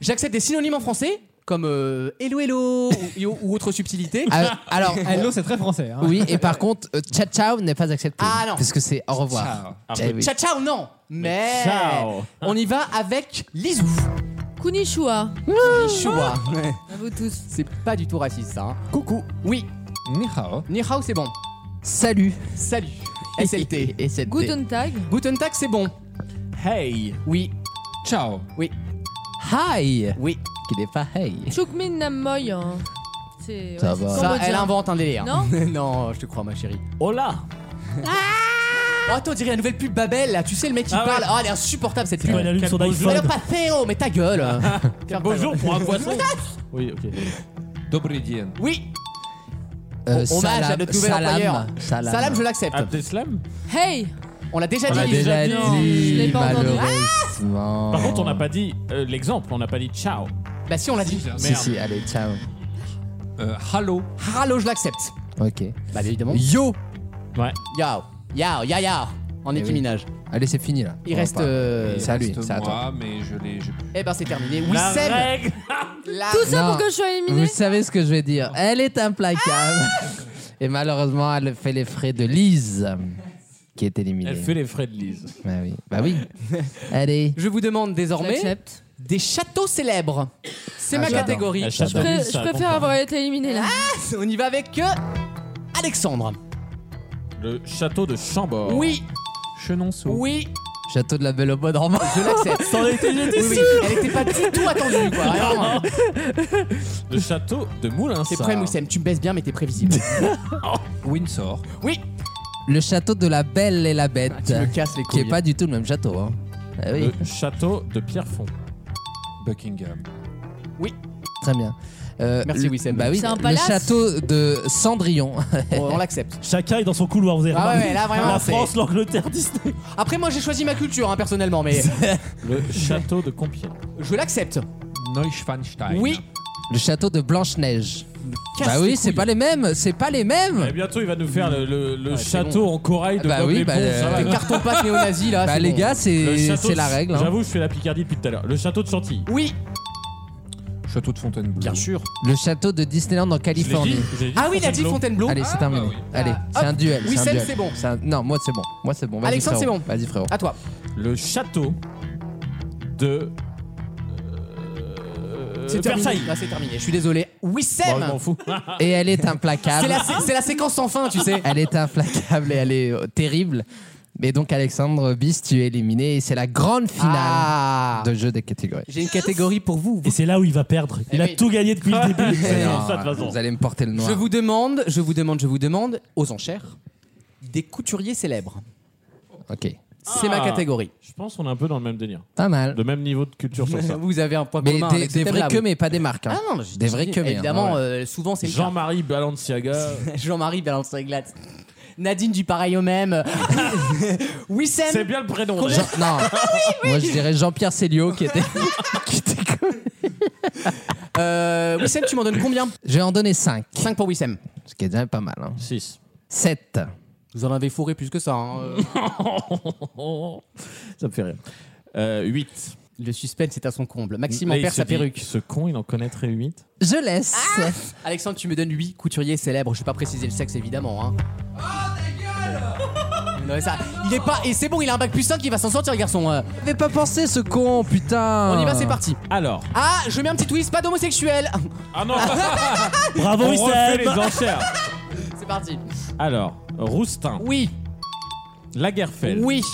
[SPEAKER 2] J'accepte des synonymes en français, comme euh, hello hello ou, ou autre subtilité.
[SPEAKER 7] Ah, Alors,
[SPEAKER 6] Hello, c'est très français. hein.
[SPEAKER 7] oui, et par contre, euh, ciao ciao n'est pas accepté.
[SPEAKER 2] Ah, non.
[SPEAKER 7] Parce que c'est au revoir.
[SPEAKER 3] Ah,
[SPEAKER 7] Eh oui.
[SPEAKER 2] Ciao ciao non mais
[SPEAKER 3] Ciao.
[SPEAKER 2] on y va avec Lizou.
[SPEAKER 5] Kunishua,
[SPEAKER 2] Choua.
[SPEAKER 5] à vous tous.
[SPEAKER 2] C'est pas du tout raciste ça. hein.
[SPEAKER 7] Coucou.
[SPEAKER 2] Oui,
[SPEAKER 8] Ni hao.
[SPEAKER 2] ni hao c'est bon.
[SPEAKER 7] Salut.
[SPEAKER 2] Salut. SLT.
[SPEAKER 7] SLT.
[SPEAKER 5] Guten Tag,
[SPEAKER 2] Guten Tag c'est bon.
[SPEAKER 3] Hey
[SPEAKER 2] Oui,
[SPEAKER 8] Ciao.
[SPEAKER 7] Hi.
[SPEAKER 2] oui.
[SPEAKER 7] Qui n'est pas hey.
[SPEAKER 5] Chukmin Namoy. hein. C'est
[SPEAKER 7] Ça
[SPEAKER 5] c'est
[SPEAKER 7] va.
[SPEAKER 2] Ça,
[SPEAKER 5] cambodgien.
[SPEAKER 2] elle invente un délire.
[SPEAKER 5] Non Ah
[SPEAKER 2] Non, je te crois ma chérie.
[SPEAKER 3] Hola
[SPEAKER 2] Oh, attends, on dirait la nouvelle pub Babel là. Tu sais le mec qui
[SPEAKER 3] Ah ouais.
[SPEAKER 2] parle. Oh, elle est insupportable cette
[SPEAKER 4] Quand
[SPEAKER 2] pub.
[SPEAKER 4] il allume
[SPEAKER 3] Quel
[SPEAKER 4] son
[SPEAKER 3] beau
[SPEAKER 2] Mais
[SPEAKER 4] iPhone.
[SPEAKER 2] non, pas Théo, mais ta gueule. Ferme ta
[SPEAKER 3] Bonjour
[SPEAKER 2] gueule.
[SPEAKER 3] pour un poisson Oui, ok.
[SPEAKER 8] Добрый день.
[SPEAKER 2] Oui,
[SPEAKER 7] Euh,
[SPEAKER 2] hommage à notre nouvel
[SPEAKER 7] salam,
[SPEAKER 2] employeur.
[SPEAKER 7] Salam.
[SPEAKER 2] Salam, je l'accepte.
[SPEAKER 3] Abdeslam
[SPEAKER 5] Hey
[SPEAKER 2] On l'a déjà
[SPEAKER 7] On l'a
[SPEAKER 2] dit.
[SPEAKER 7] déjà
[SPEAKER 3] je
[SPEAKER 7] dit.
[SPEAKER 5] l'ai pas entendu.
[SPEAKER 7] malheureusement.
[SPEAKER 3] Par contre, on n'a pas dit euh, l'exemple, on n'a pas dit ciao.
[SPEAKER 2] Bah si, on l'a dit.
[SPEAKER 7] Si,
[SPEAKER 3] Merde.
[SPEAKER 7] si, allez, ciao.
[SPEAKER 8] Euh, hello.
[SPEAKER 2] Rallo, je l'accepte.
[SPEAKER 7] Ok.
[SPEAKER 2] Bah évidemment.
[SPEAKER 7] Yo.
[SPEAKER 3] Ouais.
[SPEAKER 2] Yao, yao, yao, yao. En
[SPEAKER 7] Eh oui.
[SPEAKER 2] équiminage.
[SPEAKER 7] Allez, c'est fini là.
[SPEAKER 2] Il
[SPEAKER 7] On va
[SPEAKER 2] reste.
[SPEAKER 7] pas-
[SPEAKER 2] euh,
[SPEAKER 7] C'est à lui,
[SPEAKER 8] Reste
[SPEAKER 7] c'est à toi.
[SPEAKER 8] moi, mais je l'ai. je-
[SPEAKER 2] Eh ben c'est terminé.
[SPEAKER 3] La
[SPEAKER 2] Wissem.
[SPEAKER 3] règle
[SPEAKER 2] la-
[SPEAKER 5] Tout ça
[SPEAKER 7] Non.
[SPEAKER 5] pour que je sois
[SPEAKER 7] Vous
[SPEAKER 5] éliminé
[SPEAKER 7] savez ce que je vais dire. Elle est implacable.
[SPEAKER 3] Ah
[SPEAKER 7] Et malheureusement, elle fait les frais de Lise, qui est éliminée.
[SPEAKER 3] Elle fait les frais de Lise.
[SPEAKER 7] Bah oui. Bah oui. Allez.
[SPEAKER 2] Je vous demande désormais
[SPEAKER 5] J'accepte.
[SPEAKER 2] des châteaux célèbres. C'est ma
[SPEAKER 7] Ah, j'adore.
[SPEAKER 2] catégorie.
[SPEAKER 3] La chatte
[SPEAKER 5] Je,
[SPEAKER 3] de
[SPEAKER 5] pré-
[SPEAKER 3] Lise,
[SPEAKER 5] je
[SPEAKER 3] ça
[SPEAKER 5] préfère
[SPEAKER 3] compte
[SPEAKER 5] avoir été éliminé là.
[SPEAKER 2] On y va avec euh, Alexandre.
[SPEAKER 3] pas. Le château de
[SPEAKER 7] Oh.
[SPEAKER 3] Chambord.
[SPEAKER 2] Oui,
[SPEAKER 8] Chenonceau.
[SPEAKER 2] oui,
[SPEAKER 7] Château de la Belle au Bon Normand.
[SPEAKER 2] je l'accepte. Oui, oui, Elle était pas du tout attendue, quoi. Vraiment.
[SPEAKER 3] Le château de Moulins.
[SPEAKER 2] T'es prêt, Wissem Tu me baisses bien, mais t'es prévisible.
[SPEAKER 8] Windsor.
[SPEAKER 2] Oui,
[SPEAKER 7] Le château de la Belle et la Bête.
[SPEAKER 3] Ah,
[SPEAKER 2] tu me casses les
[SPEAKER 7] qui
[SPEAKER 2] couilles.
[SPEAKER 7] est pas du tout le même château. Hein. Ah oui.
[SPEAKER 3] Le château de Pierrefonds.
[SPEAKER 8] Buckingham.
[SPEAKER 7] Très bien. Euh,
[SPEAKER 2] Merci,
[SPEAKER 7] le-
[SPEAKER 2] Wissem.
[SPEAKER 7] Bah oui,
[SPEAKER 5] C'est un
[SPEAKER 7] le
[SPEAKER 5] palace
[SPEAKER 7] château de Cendrillon.
[SPEAKER 2] On on l'accepte.
[SPEAKER 4] Chacun est dans son couloir, vous avez
[SPEAKER 2] Ah
[SPEAKER 4] remarqué
[SPEAKER 2] ouais, là, vraiment,
[SPEAKER 4] La
[SPEAKER 2] c'est-
[SPEAKER 4] France, l'Angleterre, Disney.
[SPEAKER 2] Après, moi, j'ai choisi ma culture, hein, personnellement, mais
[SPEAKER 3] Le château de Compiègne.
[SPEAKER 2] je l'accepte.
[SPEAKER 8] Neuschwanstein.
[SPEAKER 2] Oui,
[SPEAKER 7] le château de Blanche-Neige.
[SPEAKER 3] Ah,
[SPEAKER 2] casse
[SPEAKER 7] Bah
[SPEAKER 2] les
[SPEAKER 7] oui, c'est pas les mêmes. C'est pas les mêmes.
[SPEAKER 3] Et Eh, bientôt, il va nous faire le, le- le
[SPEAKER 2] c'est
[SPEAKER 3] château en corail de
[SPEAKER 7] Ah bah
[SPEAKER 3] Bob
[SPEAKER 7] oui,
[SPEAKER 3] l'éponge,
[SPEAKER 7] bah,
[SPEAKER 3] ça va. hein.
[SPEAKER 7] euh,
[SPEAKER 2] couilles. carton pâte néo-nazi, là.
[SPEAKER 7] Bah
[SPEAKER 2] c'est
[SPEAKER 7] les
[SPEAKER 2] bon.
[SPEAKER 7] gars,
[SPEAKER 3] Le
[SPEAKER 7] c'est
[SPEAKER 3] château
[SPEAKER 7] c'est
[SPEAKER 3] de-
[SPEAKER 7] la règle. hein.
[SPEAKER 3] J'avoue, je fais la Picardie depuis tout à l'heure. Le château de Chantilly.
[SPEAKER 2] Oui,
[SPEAKER 8] Château de Fontainebleau.
[SPEAKER 2] bien sûr.
[SPEAKER 7] Le château de Disneyland en
[SPEAKER 3] Je l'ai
[SPEAKER 7] Californie.
[SPEAKER 3] dit, je l'ai dit,
[SPEAKER 2] Ah oui, il a dit Fontainebleau.
[SPEAKER 3] Fontainebleau.
[SPEAKER 7] Allez, c'est terminé.
[SPEAKER 8] bah oui.
[SPEAKER 7] Allez,
[SPEAKER 2] Ah,
[SPEAKER 7] c'est
[SPEAKER 2] hop.
[SPEAKER 7] un duel.
[SPEAKER 2] Oui,
[SPEAKER 7] c'est un
[SPEAKER 2] Sam,
[SPEAKER 7] duel.
[SPEAKER 2] c'est bon.
[SPEAKER 7] C'est un- Non, moi c'est bon. Moi c'est bon. Vas-y,
[SPEAKER 2] Alexandre,
[SPEAKER 7] frérot.
[SPEAKER 2] c'est bon.
[SPEAKER 7] Vas-y frérot.
[SPEAKER 2] À toi.
[SPEAKER 3] Le château de. euh,
[SPEAKER 2] C'est terminé.
[SPEAKER 3] Versailles.
[SPEAKER 2] Là, c'est terminé. Je suis désolé.
[SPEAKER 3] Bon,
[SPEAKER 2] Wissem
[SPEAKER 3] Oh, je m'en fous.
[SPEAKER 7] Et elle est
[SPEAKER 2] Ah. C'est
[SPEAKER 7] implacable.
[SPEAKER 2] la, sé- c'est la séquence sans fin, tu sais.
[SPEAKER 7] Elle est implacable et elle est euh, terrible. Mais donc Alexandre Bis, tu es éliminé et c'est la grande finale
[SPEAKER 2] Ah.
[SPEAKER 7] de jeu des catégories.
[SPEAKER 2] J'ai une catégorie pour vous.
[SPEAKER 4] Et c'est là où il va perdre. Il
[SPEAKER 2] Eh
[SPEAKER 4] a
[SPEAKER 2] oui.
[SPEAKER 4] tout gagné depuis le début.
[SPEAKER 7] Eh
[SPEAKER 4] C'est
[SPEAKER 7] non,
[SPEAKER 4] pour ça, de toute façon.
[SPEAKER 7] vous allez me porter le noir.
[SPEAKER 2] Je vous demande, je vous demande, je vous demande, aux enchères, des couturiers célèbres.
[SPEAKER 7] Ok.
[SPEAKER 2] C'est
[SPEAKER 3] Ah.
[SPEAKER 2] ma catégorie.
[SPEAKER 3] Je pense qu'on est un peu dans le même délire.
[SPEAKER 7] Pas mal.
[SPEAKER 3] Le même niveau de culture sur ça.
[SPEAKER 2] Vous avez un point
[SPEAKER 7] Mais
[SPEAKER 2] commun.
[SPEAKER 7] des,
[SPEAKER 2] avec ce
[SPEAKER 7] des vrais
[SPEAKER 2] thème-là,
[SPEAKER 7] que
[SPEAKER 2] vous.
[SPEAKER 7] mais pas des marques. hein.
[SPEAKER 2] Ah non, j'ai
[SPEAKER 7] Des vrais
[SPEAKER 2] dit,
[SPEAKER 7] que mais, hein.
[SPEAKER 2] Évidemment,
[SPEAKER 3] Ah ouais.
[SPEAKER 2] euh, souvent c'est le cas.
[SPEAKER 3] Jean-Marie Balenciaga.
[SPEAKER 2] Jean-Marie balance la glace. Nadine du pareil au même.
[SPEAKER 3] C'est
[SPEAKER 2] Wissem.
[SPEAKER 3] bien le prénom.
[SPEAKER 7] Jean-
[SPEAKER 3] d'ailleurs.
[SPEAKER 2] Ah
[SPEAKER 7] non, moi je dirais Jean-Pierre Célio qui était. qui était con-
[SPEAKER 2] Euh, Wissem, tu m'en donnes combien
[SPEAKER 7] je vais en donner 5,
[SPEAKER 2] 5 pour Wissem.
[SPEAKER 7] ce qui est déjà pas mal. Hein.
[SPEAKER 3] Six.
[SPEAKER 7] 7.
[SPEAKER 2] Vous en avez fourré plus que ça. hein. Euh,
[SPEAKER 3] Ça me fait rire. Euh, 8.
[SPEAKER 2] Le suspense est à son comble. Maxime en perd sa perruque.
[SPEAKER 3] Ce con, il en connaîtrait 8.
[SPEAKER 7] Je laisse.
[SPEAKER 2] Alexandre, tu me donnes 8 couturiers célèbres. Je vais pas préciser le sexe, évidemment. Hein. Oh, ta gueule ça, Il est pas. Et c'est bon, il a un bac plus 5, il va s'en sortir, le garçon. Euh,
[SPEAKER 7] J'avais pas pensé ce
[SPEAKER 8] Oh,
[SPEAKER 7] con, putain.
[SPEAKER 2] On y va, c'est parti.
[SPEAKER 3] Alors.
[SPEAKER 2] Ah, je mets un petit twist, pas d'homosexuel.
[SPEAKER 3] Ah non
[SPEAKER 4] Bravo,
[SPEAKER 3] On refait les
[SPEAKER 4] Wissem
[SPEAKER 3] enchères.
[SPEAKER 2] c'est parti.
[SPEAKER 3] Alors, Roustin,
[SPEAKER 2] Oui,
[SPEAKER 3] Lagerfeld.
[SPEAKER 2] oui.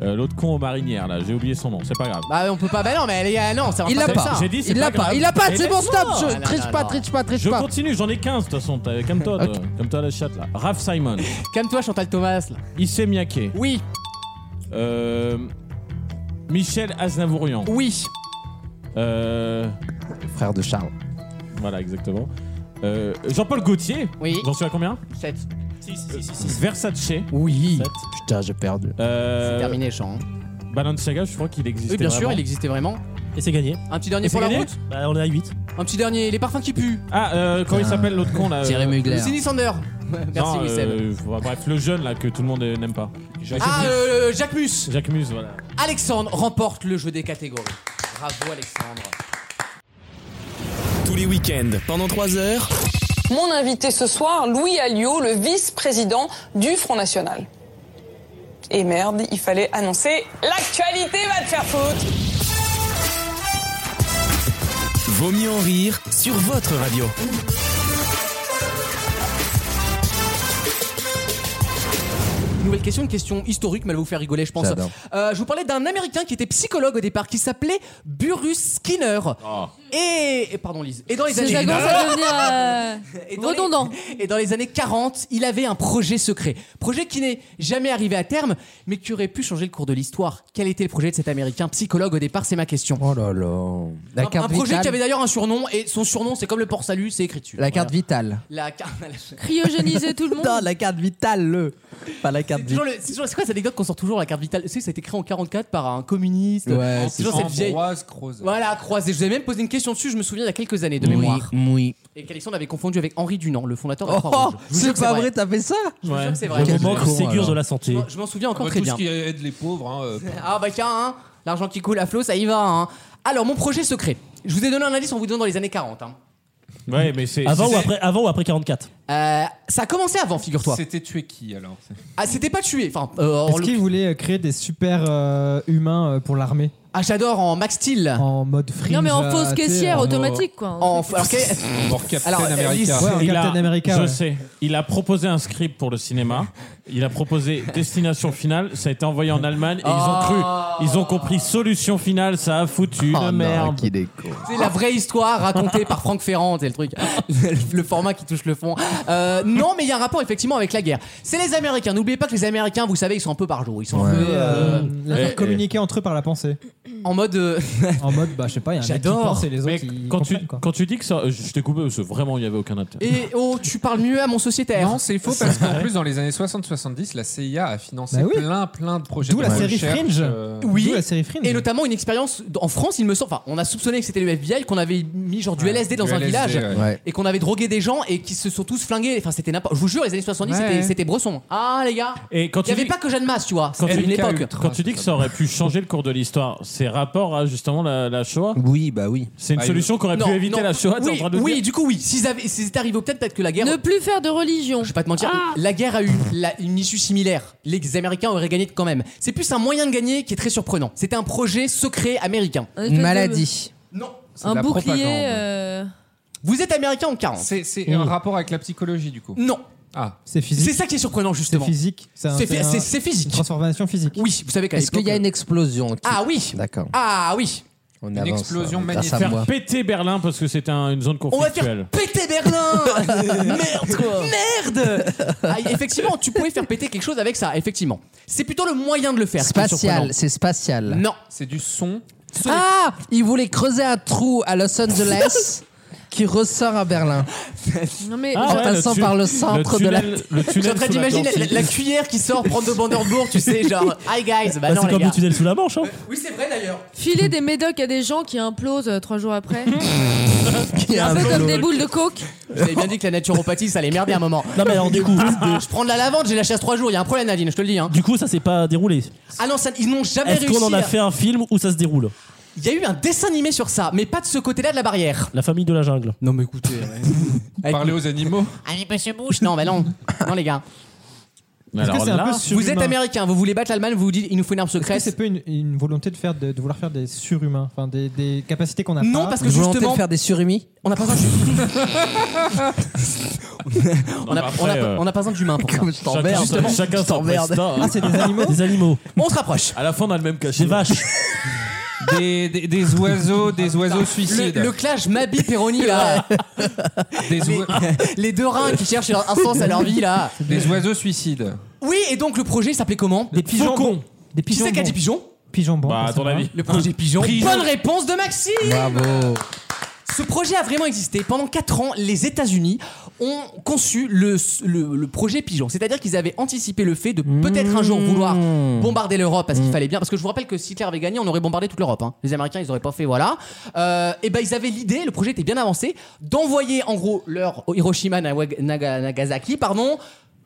[SPEAKER 3] Euh, L'autre con aux marinières, là, j'ai oublié son nom, c'est pas grave.
[SPEAKER 2] Bah, on peut pas. Bah, non, mais les gars, non, c'est
[SPEAKER 7] Il l'a
[SPEAKER 2] comme
[SPEAKER 7] pas.
[SPEAKER 2] ça.
[SPEAKER 3] J'ai dit, c'est
[SPEAKER 7] il
[SPEAKER 3] pas
[SPEAKER 7] l'a pas,
[SPEAKER 3] grave.
[SPEAKER 7] il l'a pas,
[SPEAKER 3] Et
[SPEAKER 7] c'est bon,
[SPEAKER 3] laisse-moi.
[SPEAKER 7] stop.
[SPEAKER 2] Ah,
[SPEAKER 7] Je
[SPEAKER 2] non,
[SPEAKER 7] triche
[SPEAKER 2] non,
[SPEAKER 7] pas,
[SPEAKER 2] non.
[SPEAKER 7] triche pas, triche
[SPEAKER 3] Je
[SPEAKER 7] pas.
[SPEAKER 3] continue, j'en ai 15 de toute façon, t'as- comme toi,
[SPEAKER 7] Ok.
[SPEAKER 3] toi, comme toi la chatte là. Raph Simon,
[SPEAKER 2] Calme-toi, Chantal Thomas. Là.
[SPEAKER 3] Issey Miaké,
[SPEAKER 2] Oui,
[SPEAKER 3] euh, Michel Aznavourian,
[SPEAKER 2] oui.
[SPEAKER 3] euh,
[SPEAKER 7] Frère de Charles.
[SPEAKER 3] voilà exactement, Euh, Jean-Paul Gaultier,
[SPEAKER 2] Oui.
[SPEAKER 3] j'en suis à combien
[SPEAKER 2] 7.
[SPEAKER 3] Versace,
[SPEAKER 7] Oui.
[SPEAKER 3] Sept.
[SPEAKER 7] Putain, j'ai perdu.
[SPEAKER 2] C'est
[SPEAKER 3] euh,
[SPEAKER 2] terminé, Jean.
[SPEAKER 3] Balenciaga, je crois qu'il existe.
[SPEAKER 2] Oui, bien sûr, il existait vraiment.
[SPEAKER 4] Et c'est gagné.
[SPEAKER 2] Un petit dernier
[SPEAKER 3] Et
[SPEAKER 2] pour
[SPEAKER 3] c'est
[SPEAKER 2] la
[SPEAKER 3] gagné
[SPEAKER 2] route
[SPEAKER 4] Bah, on est à 8.
[SPEAKER 2] Un petit dernier, les parfums qui puent.
[SPEAKER 3] Ah, euh, comment il
[SPEAKER 7] Putain.
[SPEAKER 3] s'appelle l'autre con là euh,
[SPEAKER 7] Thierry Mugler.
[SPEAKER 2] Cindy Sander. Merci,
[SPEAKER 3] non,
[SPEAKER 2] Wissem.
[SPEAKER 3] euh, bah, bref, le jeune là que tout le monde euh, n'aime pas.
[SPEAKER 2] Ah, euh, Jacques Mus.
[SPEAKER 3] Jacques Muse, voilà.
[SPEAKER 2] Alexandre remporte le jeu des catégories. Bravo, Alexandre.
[SPEAKER 1] Tous les week-ends, pendant 3 heures.
[SPEAKER 10] Mon invité ce soir, Louis Alliot, le vice-président du Front National. Et merde, il fallait annoncer l'actualité va te faire foutre.
[SPEAKER 1] Vaut mieux en rire sur votre radio.
[SPEAKER 2] Nouvelle question, une question historique, mais elle va vous faire rigoler, je pense.
[SPEAKER 7] J'adore.
[SPEAKER 2] Euh, je vous parlais d'un Américain qui était psychologue au départ, qui s'appelait Burrus Skinner. Et, et- pardon Lise. Et dans les
[SPEAKER 5] Ah. Ça
[SPEAKER 2] années
[SPEAKER 5] commence à devenir euh,
[SPEAKER 2] Et dans les-
[SPEAKER 5] redondant.
[SPEAKER 2] Et dans les années 40, il avait un projet secret. Projet qui n'est jamais arrivé à terme, mais qui aurait pu changer le cours de l'histoire. Quel était le projet de cet Américain psychologue au départ C'est ma question.
[SPEAKER 7] Oh là là. La
[SPEAKER 2] Un- un,
[SPEAKER 7] carte
[SPEAKER 2] projet
[SPEAKER 7] vitale.
[SPEAKER 2] qui avait d'ailleurs un surnom, et son surnom, c'est comme le port salut, c'est écrit dessus.
[SPEAKER 7] La carte vitale.
[SPEAKER 2] Voilà. La carte.
[SPEAKER 5] euh, Cryogéniser tout le monde.
[SPEAKER 7] Non, la carte vitale, le. Pas la carte
[SPEAKER 2] C'est toujours
[SPEAKER 7] vitale.
[SPEAKER 2] le- c'est toujours- c'est quoi cette anecdote qu'on sort toujours la carte vitale Tu sais, ça a été créé en 44 par un communiste.
[SPEAKER 7] Ouais,
[SPEAKER 2] c'est toujours cette vieille.
[SPEAKER 8] Euh, Ambroise Croizat.
[SPEAKER 2] Voilà, croisé. Je vous avais même posé une question dessus, je me souviens, il y a quelques années de
[SPEAKER 7] Oui,
[SPEAKER 2] mémoire.
[SPEAKER 7] oui.
[SPEAKER 2] Et qu'Alexandre avait confondu avec Henri Dunant, le fondateur de la
[SPEAKER 7] Oh,
[SPEAKER 2] Croix-Rouge. Je vous jure
[SPEAKER 7] c'est
[SPEAKER 2] que
[SPEAKER 7] pas vrai, t'as fait ça
[SPEAKER 2] Je vous jure que c'est vrai.
[SPEAKER 4] Au
[SPEAKER 7] Quel
[SPEAKER 4] moment que
[SPEAKER 7] con,
[SPEAKER 4] Ségur
[SPEAKER 7] alors.
[SPEAKER 4] de la santé.
[SPEAKER 2] Je m'en- Je m'en souviens encore
[SPEAKER 8] Bah,
[SPEAKER 2] très
[SPEAKER 8] tout
[SPEAKER 2] bien.
[SPEAKER 8] ce qui aide les pauvres. hein, euh,
[SPEAKER 2] Ah bah tiens, hein, l'argent qui coule à flot, ça y va. hein. Alors, mon projet secret. Je vous ai donné un indice en vous disant dans les années 40. hein.
[SPEAKER 3] Ouais, mais c'est.
[SPEAKER 4] Avant
[SPEAKER 3] c'est-
[SPEAKER 4] ou après, avant ou après 44
[SPEAKER 2] Euh, ça a commencé avant, figure-toi.
[SPEAKER 8] C'était tué qui alors
[SPEAKER 2] Ah, c'était pas tué. Enfin, euh, en
[SPEAKER 6] Est-ce
[SPEAKER 2] le-
[SPEAKER 6] qu'il voulait euh, créer des super euh, humains euh, pour l'armée
[SPEAKER 2] Ah, j'adore en Max Steel.
[SPEAKER 7] Oh.
[SPEAKER 6] En mode euh, free
[SPEAKER 5] Non, mais en fausse caissière automatique, quoi.
[SPEAKER 2] En... alors, que-
[SPEAKER 8] Mort Captain
[SPEAKER 2] Alors,
[SPEAKER 8] America.
[SPEAKER 2] Alice-
[SPEAKER 6] Ouais, en
[SPEAKER 3] Il a-
[SPEAKER 6] Captain America.
[SPEAKER 3] je
[SPEAKER 6] ouais.
[SPEAKER 3] sais. Il a proposé un script pour le cinéma. Il a proposé Destination Finale. Ça a été envoyé en Allemagne et ils ont cru.
[SPEAKER 2] Ah.
[SPEAKER 3] Ils ont compris Solution Finale. Ça a foutu une
[SPEAKER 7] Oh non,
[SPEAKER 3] merde.
[SPEAKER 7] qu'il est con.
[SPEAKER 2] C'est la vraie histoire racontée par Franck Ferrand, c'est le truc. le format qui touche le fond. Euh, non, mais il y a un rapport effectivement avec la guerre. C'est les Américains. N'oubliez pas que les Américains, vous savez, ils sont un peu par jour. Ils sont un
[SPEAKER 7] Ouais.
[SPEAKER 2] peu euh,
[SPEAKER 6] Euh, la faire communiquer entre eux par la pensée.
[SPEAKER 2] en mode. euh,
[SPEAKER 6] En mode, bah, je sais pas, il y a un mec qui
[SPEAKER 2] J'adore.
[SPEAKER 6] pense et les autres
[SPEAKER 3] Mais
[SPEAKER 6] qui
[SPEAKER 3] quand tu,
[SPEAKER 6] comprennent, quoi.
[SPEAKER 3] quand tu dis que ça. euh, Je t'ai coupé parce que vraiment il n'y avait aucun intérêt.
[SPEAKER 2] et oh, tu parles mieux à mon sociétaire.
[SPEAKER 8] Non, c'est faux parce qu'en plus, dans les années 60-70, la CIA a financé
[SPEAKER 6] Bah oui.
[SPEAKER 8] plein, plein de projets.
[SPEAKER 6] D'où
[SPEAKER 8] de
[SPEAKER 6] la série
[SPEAKER 8] recherche,
[SPEAKER 6] Fringe.
[SPEAKER 8] euh,
[SPEAKER 2] Oui.
[SPEAKER 6] D'où la série Fringe.
[SPEAKER 2] Et notamment une expérience d- en France, il me semble. Enfin, on a soupçonné que c'était le FBI, qu'on avait mis genre du LSD dans
[SPEAKER 8] du
[SPEAKER 2] un
[SPEAKER 8] LSD,
[SPEAKER 2] village.
[SPEAKER 8] ouais.
[SPEAKER 7] Ouais.
[SPEAKER 2] Et qu'on avait drogué des gens et qui se sont tous flingués. Enfin, c'était n'importe. Je vous jure, les années 70,
[SPEAKER 8] Ouais.
[SPEAKER 2] c'était- c'était Bresson. Ah, les gars.
[SPEAKER 3] Et quand
[SPEAKER 2] Il n'y
[SPEAKER 3] tu
[SPEAKER 2] avait
[SPEAKER 3] dis,
[SPEAKER 2] pas que Jeanne Masse, tu vois. C'était
[SPEAKER 8] LK
[SPEAKER 2] une époque.
[SPEAKER 8] Ultra,
[SPEAKER 3] quand tu dis que ça aurait pu changer le cours de l'histoire, c'est rapport à justement la, la Shoah.
[SPEAKER 7] Oui, bah oui.
[SPEAKER 3] C'est une
[SPEAKER 8] Ah,
[SPEAKER 3] solution qui aurait pu
[SPEAKER 2] Non,
[SPEAKER 3] éviter
[SPEAKER 2] non.
[SPEAKER 3] la Shoah. t'es en
[SPEAKER 2] Oui,
[SPEAKER 3] train de le
[SPEAKER 2] oui,
[SPEAKER 3] dire
[SPEAKER 2] du coup, oui. S'ils avaient- s'ils étaient arrivés, au- peut-être peut-être que la guerre.
[SPEAKER 5] Ne plus faire de religion.
[SPEAKER 2] Je vais pas te mentir,
[SPEAKER 7] Ah.
[SPEAKER 2] la guerre a eu la- une issue similaire. Les Américains auraient gagné quand même. C'est plus un moyen de gagner qui est très surprenant. C'était un projet secret américain.
[SPEAKER 5] Un espèce
[SPEAKER 7] Une
[SPEAKER 5] de-
[SPEAKER 7] maladie.
[SPEAKER 2] Non.
[SPEAKER 8] c'est de
[SPEAKER 5] Un
[SPEAKER 8] la propagande.
[SPEAKER 5] bouclier. euh,
[SPEAKER 2] Vous êtes américain en 40.
[SPEAKER 8] C'est c'est un rapport avec la psychologie du coup.
[SPEAKER 2] Non.
[SPEAKER 8] Ah,
[SPEAKER 6] C'est
[SPEAKER 2] C'est
[SPEAKER 6] physique.
[SPEAKER 2] ça qui est surprenant,
[SPEAKER 6] C'est
[SPEAKER 2] justement.
[SPEAKER 6] physique. C'est
[SPEAKER 3] hein,
[SPEAKER 6] un-
[SPEAKER 2] C'est
[SPEAKER 6] c'est
[SPEAKER 2] fi-
[SPEAKER 6] un-
[SPEAKER 2] c'est- c'est
[SPEAKER 6] une
[SPEAKER 2] physique.
[SPEAKER 6] transformation physique.
[SPEAKER 2] Oui, vous savez qu'à
[SPEAKER 7] Est-ce qu'il y a
[SPEAKER 2] l'époque-
[SPEAKER 7] une explosion qui-
[SPEAKER 2] Ah oui
[SPEAKER 7] D'accord.
[SPEAKER 2] Ah oui
[SPEAKER 7] On
[SPEAKER 8] Une
[SPEAKER 7] avance.
[SPEAKER 8] explosion
[SPEAKER 7] euh, grâce à
[SPEAKER 8] magnétique.
[SPEAKER 7] moi.
[SPEAKER 3] Faire péter Berlin parce que c'était un- une zone
[SPEAKER 2] On va faire
[SPEAKER 3] conflictuelle.
[SPEAKER 2] péter Berlin Merde Merde Ah, Effectivement, tu pouvais faire péter quelque chose avec ça, effectivement. C'est plutôt le moyen de le faire. qui est
[SPEAKER 7] Spatial, c'est spatial.
[SPEAKER 2] surprenant. Non.
[SPEAKER 8] c'est du son.
[SPEAKER 7] Ah Il voulait creuser un trou à Los Angeles qui ressort à Berlin.
[SPEAKER 5] Non, mais.
[SPEAKER 3] Ah
[SPEAKER 7] en
[SPEAKER 3] ouais,
[SPEAKER 7] passant
[SPEAKER 3] le tu-
[SPEAKER 7] par le
[SPEAKER 3] le
[SPEAKER 7] centre de la.
[SPEAKER 3] tunnel- le tunnel
[SPEAKER 2] Je suis en train
[SPEAKER 3] sous la
[SPEAKER 2] d'imaginer la,
[SPEAKER 3] Tortue.
[SPEAKER 2] la cuillère qui sort prendre de Vanderbourg, tu sais, genre Hi guys Bah
[SPEAKER 4] Bah,
[SPEAKER 2] non,
[SPEAKER 4] c'est
[SPEAKER 2] les
[SPEAKER 4] comme
[SPEAKER 2] gars.
[SPEAKER 4] le tunnel sous la Manche. Hein.
[SPEAKER 2] Oui, c'est vrai d'ailleurs.
[SPEAKER 5] Filer des médocs à des gens qui implosent euh, trois jours après.
[SPEAKER 7] qui est
[SPEAKER 5] un
[SPEAKER 7] un
[SPEAKER 5] peu comme
[SPEAKER 7] vélo.
[SPEAKER 5] des boules de coke.
[SPEAKER 2] J'avais bien dit que la naturopathie, ça allait merder à un moment.
[SPEAKER 4] Non mais alors du coup,
[SPEAKER 2] Je prends de la lavande, j'ai la chasse trois jours, il y a un problème, Nadine, je te le dis. Hein.
[SPEAKER 4] du coup ça s'est pas déroulé.
[SPEAKER 2] Ah non, ça, ils n'ont jamais
[SPEAKER 4] Est-ce
[SPEAKER 2] réussi.
[SPEAKER 4] qu'on en a
[SPEAKER 2] à-
[SPEAKER 4] fait un film où ça se déroule
[SPEAKER 2] Il y a eu un dessin animé sur ça, mais pas de ce côté-là de la barrière.
[SPEAKER 4] La famille de la jungle.
[SPEAKER 2] Non, mais écoutez. Avec-
[SPEAKER 8] Parler aux animaux.
[SPEAKER 2] Allez, monsieur Bush Non, mais non. Non, les gars.
[SPEAKER 3] Mais
[SPEAKER 6] Est-ce que
[SPEAKER 3] alors
[SPEAKER 6] c'est un
[SPEAKER 3] là,
[SPEAKER 6] peu
[SPEAKER 2] Vous êtes
[SPEAKER 6] surhumain
[SPEAKER 2] américain, vous voulez battre l'Allemagne, vous vous dites il nous faut une arme
[SPEAKER 6] Est-ce que
[SPEAKER 2] secrète.
[SPEAKER 6] c'est pas une, une volonté de, faire de, de vouloir faire des surhumains, enfin des, des capacités qu'on a
[SPEAKER 2] Non,
[SPEAKER 6] pas
[SPEAKER 2] parce que
[SPEAKER 7] Vous voulez
[SPEAKER 2] justement,
[SPEAKER 7] faire des surhumis
[SPEAKER 2] on n'a pas besoin de- on n'a-
[SPEAKER 3] après,
[SPEAKER 2] on n'a-
[SPEAKER 3] euh,
[SPEAKER 2] on n'a pas besoin d'humains Ah, pour ça.
[SPEAKER 7] je
[SPEAKER 3] chacun,
[SPEAKER 2] justement,
[SPEAKER 3] chacun son prestat, hein.
[SPEAKER 6] Ah, c'est des animaux
[SPEAKER 4] Des animaux.
[SPEAKER 2] On se rapproche.
[SPEAKER 3] À la fin, on a le même cachet.
[SPEAKER 4] Des vaches.
[SPEAKER 8] Des, des, des oiseaux, des oiseaux
[SPEAKER 2] Le,
[SPEAKER 8] suicides.
[SPEAKER 2] le clash Mabi Peroni là,
[SPEAKER 8] Des, oi-
[SPEAKER 2] les deux reins qui cherchent leur- un sens à leur vie là.
[SPEAKER 8] des oiseaux suicides.
[SPEAKER 2] Oui, et donc le projet s'appelait comment Des
[SPEAKER 6] pigeons
[SPEAKER 2] Faucons.
[SPEAKER 6] Des
[SPEAKER 2] Qui
[SPEAKER 6] pigeons.
[SPEAKER 2] c'est qui a dit
[SPEAKER 6] bons.
[SPEAKER 2] pigeons
[SPEAKER 6] Pigeons bons,
[SPEAKER 3] Bah, à
[SPEAKER 6] ça
[SPEAKER 3] ton
[SPEAKER 6] va.
[SPEAKER 3] avis.
[SPEAKER 2] Le projet pigeon.
[SPEAKER 8] Pigeon.
[SPEAKER 2] Bonne réponse de Maxime
[SPEAKER 7] Bravo.
[SPEAKER 2] Ce projet a vraiment existé. Pendant 4 ans, les États-Unis ont conçu le, le- le projet Pigeon. C'est-à-dire qu'ils avaient anticipé le fait de peut-être un jour vouloir bombarder l'Europe parce qu'il fallait bien. Parce que je vous rappelle que si Hitler avait gagné, on aurait bombardé toute l'Europe. hein. Les Américains, ils auraient pas fait, voilà. Euh, et ben, ils avaient l'idée, le projet était bien avancé, d'envoyer en gros leur Hiroshima Nawa- Naga- Nagasaki, pardon.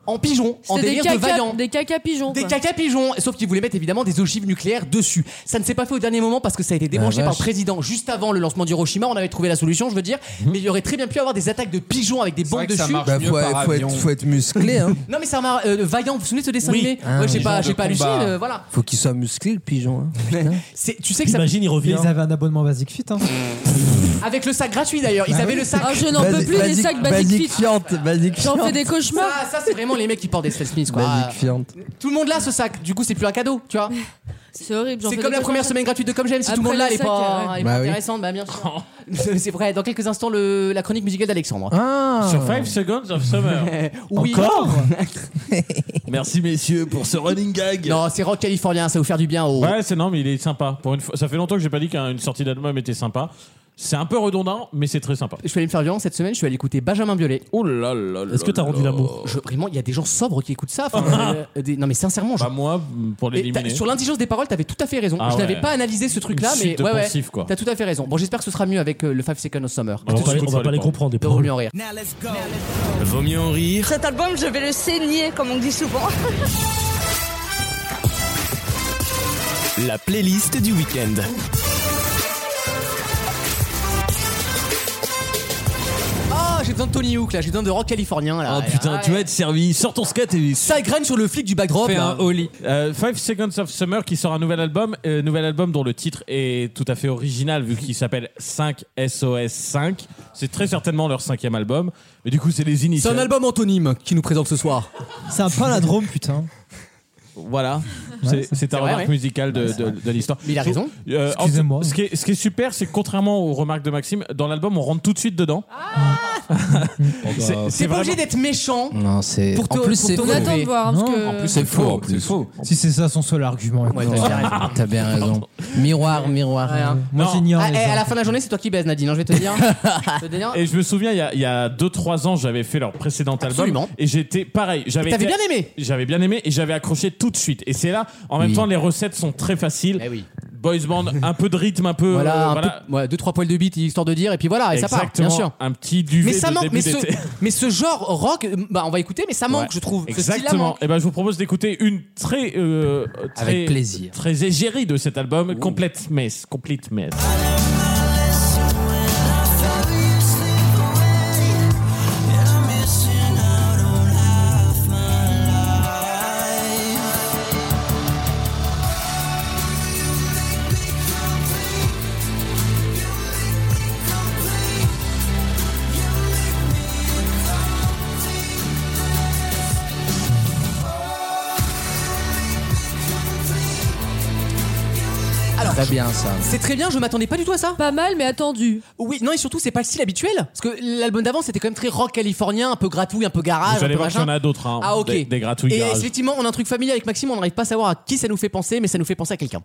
[SPEAKER 2] en pigeon, en
[SPEAKER 5] C'était des
[SPEAKER 2] délire de
[SPEAKER 5] caca,
[SPEAKER 2] vaillant.
[SPEAKER 5] des caca pigeons.
[SPEAKER 2] Des
[SPEAKER 5] quoi.
[SPEAKER 2] caca pigeons, sauf qu'ils voulaient mettre évidemment des ogives nucléaires dessus. Ça ne s'est pas fait au dernier moment parce que ça a été débranché
[SPEAKER 7] Ah,
[SPEAKER 2] par
[SPEAKER 7] vache.
[SPEAKER 2] le président juste avant le lancement d'Hiroshima. On avait trouvé la solution, je veux dire, mais il y aurait très bien pu avoir des attaques de pigeons avec des
[SPEAKER 8] C'est vrai
[SPEAKER 2] bombes
[SPEAKER 8] que ça
[SPEAKER 2] dessus.
[SPEAKER 8] marche
[SPEAKER 7] Bah,
[SPEAKER 8] mieux
[SPEAKER 7] faut,
[SPEAKER 8] par
[SPEAKER 7] faut
[SPEAKER 8] avion.
[SPEAKER 7] être, faut être musclé, hein.
[SPEAKER 2] Non, mais ça m'a. euh, vaillant, vous vous souvenez de ce dessin
[SPEAKER 3] Oui.
[SPEAKER 2] animé
[SPEAKER 7] Ah,
[SPEAKER 2] Ouais, J'ai
[SPEAKER 7] les
[SPEAKER 2] pas,
[SPEAKER 8] gens
[SPEAKER 2] j'ai
[SPEAKER 8] de
[SPEAKER 2] pas halluciné,
[SPEAKER 8] combat.
[SPEAKER 2] euh, voilà.
[SPEAKER 7] Faut qu'il soit musclé, le pigeon. hein. Putain.
[SPEAKER 2] C'est- Tu sais que ça.
[SPEAKER 4] T'imagines, il
[SPEAKER 6] Mais
[SPEAKER 4] revient.
[SPEAKER 6] ils avaient un abonnement Basic Fit. Hein.
[SPEAKER 2] Avec le sac gratuit d'ailleurs, ils avaient le sac.
[SPEAKER 5] Ah, je n'en peux
[SPEAKER 7] Basi-
[SPEAKER 5] plus des
[SPEAKER 7] basic-
[SPEAKER 5] sacs basic
[SPEAKER 7] basic
[SPEAKER 5] fit.
[SPEAKER 7] fiante, basic
[SPEAKER 5] J'en fais
[SPEAKER 7] fiante.
[SPEAKER 5] des cauchemars.
[SPEAKER 2] Ça, ça, c'est vraiment les mecs qui portent des Stan Smith quoi.
[SPEAKER 7] Basic
[SPEAKER 2] Ah,
[SPEAKER 7] fiante.
[SPEAKER 2] Tout le monde l'a ce sac, du coup c'est plus un cadeau, tu vois.
[SPEAKER 5] C'est horrible. j'en
[SPEAKER 2] C'est
[SPEAKER 5] fais
[SPEAKER 2] comme
[SPEAKER 5] des
[SPEAKER 2] la première
[SPEAKER 5] cauchemars.
[SPEAKER 2] semaine gratuite de Comme J'aime, si tout le
[SPEAKER 5] Après
[SPEAKER 2] monde l'a,
[SPEAKER 5] le
[SPEAKER 2] elle est
[SPEAKER 5] sac,
[SPEAKER 2] pas,
[SPEAKER 5] euh,
[SPEAKER 2] elle est pas
[SPEAKER 7] Bah oui.
[SPEAKER 2] intéressante, bah bien sûr. c'est vrai, dans quelques instants le, la chronique musicale d'Alexandre.
[SPEAKER 7] Ah.
[SPEAKER 3] Sur 5 Seconds of Summer.
[SPEAKER 2] Euh, Oui.
[SPEAKER 4] Encore
[SPEAKER 1] Merci messieurs pour ce running gag.
[SPEAKER 2] Non, c'est rock californien, ça va vous faire du bien oh. au.
[SPEAKER 3] Ouais, c'est non, mais il est sympa. Pour une fois, ça fait longtemps que j'ai pas dit qu'une sortie d'album était sympa. C'est un peu redondant, mais c'est très sympa.
[SPEAKER 2] Je suis allé me faire violence cette semaine, je suis allé écouter Benjamin Biolay. Oh,
[SPEAKER 1] Oh là là là.
[SPEAKER 4] Est-ce que t'as rendu l'amour
[SPEAKER 2] Je- vraiment, il y a des gens sobres qui écoutent ça. enfin, euh, des- non, mais sincèrement, je-
[SPEAKER 3] Bah moi, pour
[SPEAKER 2] Et t'as-
[SPEAKER 3] l'éliminer.
[SPEAKER 2] sur l'intelligence des paroles, t'avais tout à fait raison.
[SPEAKER 3] Ah
[SPEAKER 2] je
[SPEAKER 3] ouais.
[SPEAKER 2] n'avais pas analysé ce truc-là,
[SPEAKER 3] Une
[SPEAKER 2] mais
[SPEAKER 3] suite de
[SPEAKER 2] ouais, ouais.
[SPEAKER 3] pensif, quoi.
[SPEAKER 2] T'as tout à fait raison. Bon, j'espère que ce sera mieux avec euh, le 5 Seconds of Summer.
[SPEAKER 4] On va pas,
[SPEAKER 3] je
[SPEAKER 4] les-
[SPEAKER 3] comprends
[SPEAKER 4] on va pas
[SPEAKER 3] les
[SPEAKER 4] les comprendre. les
[SPEAKER 2] De Romu
[SPEAKER 4] paroles.
[SPEAKER 2] en rire.
[SPEAKER 1] Now let's go. Vaut mieux en rire.
[SPEAKER 10] Cet album, je vais le saigner, comme on dit souvent.
[SPEAKER 1] La playlist du week-end.
[SPEAKER 2] Ah, j'ai besoin de Tony Hook là, j'ai besoin de rock californien là.
[SPEAKER 3] Ah, putain, tu vas être servi. Sors ton skate et
[SPEAKER 2] Ça graine sur le flic du backdrop.
[SPEAKER 8] Fais
[SPEAKER 2] là.
[SPEAKER 8] un holly.
[SPEAKER 3] Euh, Five Seconds of Summer qui sort un nouvel album, euh, nouvel album dont le titre est tout à fait original vu qu'il s'appelle 5 SOS 5. C'est très certainement leur cinquième album, mais du coup c'est les
[SPEAKER 2] C'est
[SPEAKER 3] initiales.
[SPEAKER 2] un album antonyme qui nous présente ce soir.
[SPEAKER 6] C'est un paladrome, putain.
[SPEAKER 3] Voilà, C'est- c'est ta
[SPEAKER 2] vrai,
[SPEAKER 3] remarque
[SPEAKER 2] ouais.
[SPEAKER 3] musicale de, de- de l'histoire.
[SPEAKER 2] Mais il a raison.
[SPEAKER 3] Euh, en-
[SPEAKER 6] Excusez-moi.
[SPEAKER 3] Ce qui, est, ce qui est super, c'est que contrairement aux remarques de Maxime, dans l'album on rentre tout de suite dedans. c'est
[SPEAKER 2] Ah. bah, C'est pas
[SPEAKER 3] vraiment-
[SPEAKER 2] obligé d'être méchant.
[SPEAKER 7] Non, c'est.
[SPEAKER 2] Pour
[SPEAKER 7] En
[SPEAKER 2] te-
[SPEAKER 7] plus,
[SPEAKER 2] pour
[SPEAKER 7] c'est
[SPEAKER 2] te-
[SPEAKER 5] On
[SPEAKER 7] faux.
[SPEAKER 5] attend de voir. hein, parce
[SPEAKER 6] Non,
[SPEAKER 5] que-
[SPEAKER 7] C'est faux. en
[SPEAKER 8] C'est
[SPEAKER 7] plus.
[SPEAKER 8] faux.
[SPEAKER 6] Si c'est ça son seul argument. écoute.
[SPEAKER 2] Ouais, t'as bien raison.
[SPEAKER 7] T'as bien raison. Miroir, miroir.
[SPEAKER 2] Ouais, hein.
[SPEAKER 6] Moi
[SPEAKER 3] Non.
[SPEAKER 6] j'ignore.
[SPEAKER 2] Ah,
[SPEAKER 6] les
[SPEAKER 2] eh,
[SPEAKER 6] gens.
[SPEAKER 2] à la fin de la journée, c'est toi qui baise, Nadine. hein, je vais te dire. Je vais te dire.
[SPEAKER 3] Et je me souviens, il y a- il y a 2-3 ans, j'avais fait leur précédent
[SPEAKER 2] Absolument.
[SPEAKER 3] album. Et j'étais pareil. J'avais
[SPEAKER 2] T'avais
[SPEAKER 3] été-
[SPEAKER 2] bien aimé.
[SPEAKER 3] J'avais bien aimé et j'avais accroché tout de suite. Et c'est là, en même
[SPEAKER 7] Oui.
[SPEAKER 3] temps, les recettes sont très faciles.
[SPEAKER 2] Eh oui.
[SPEAKER 3] Boys band, un peu de rythme, un peu.
[SPEAKER 2] Voilà,
[SPEAKER 3] euh,
[SPEAKER 2] un
[SPEAKER 3] voilà.
[SPEAKER 2] peu- ouais, deux trois poils de bite histoire de dire et puis voilà et ça part. Bien
[SPEAKER 3] Exactement,
[SPEAKER 2] sûr.
[SPEAKER 3] Un petit duvet
[SPEAKER 2] Mais ça
[SPEAKER 3] de
[SPEAKER 2] manque.
[SPEAKER 3] début
[SPEAKER 2] Mais ce,
[SPEAKER 3] d'été.
[SPEAKER 2] mais ce genre rock, euh, bah on va écouter, mais ça manque,
[SPEAKER 3] Ouais.
[SPEAKER 2] je trouve. Ce style-là
[SPEAKER 3] Exactement.
[SPEAKER 2] manque.
[SPEAKER 3] Et ben, je vous propose d'écouter une très, euh, très,
[SPEAKER 7] Avec plaisir.
[SPEAKER 3] très égérie de cet album, complète mess, complete mess.
[SPEAKER 2] Alors,
[SPEAKER 7] T'as bien ça.
[SPEAKER 2] c'est très bien. Je m'attendais pas du tout à ça.
[SPEAKER 5] Pas mal, mais attendu.
[SPEAKER 2] Oui, non, et surtout, c'est pas le style habituel. Parce que l'album d'avant, c'était quand même très rock californien, un peu gratouille, un peu garage.
[SPEAKER 3] vous allez
[SPEAKER 2] un peu
[SPEAKER 3] voir qu'il y en
[SPEAKER 2] machin.
[SPEAKER 3] a d'autres. hein,
[SPEAKER 2] Ah, ok.
[SPEAKER 3] Des, des gratouilles
[SPEAKER 2] Et
[SPEAKER 3] garage.
[SPEAKER 2] effectivement, on a un truc familier avec Maxime, on n'arrive pas à savoir à qui ça nous fait penser, mais ça nous fait penser à quelqu'un.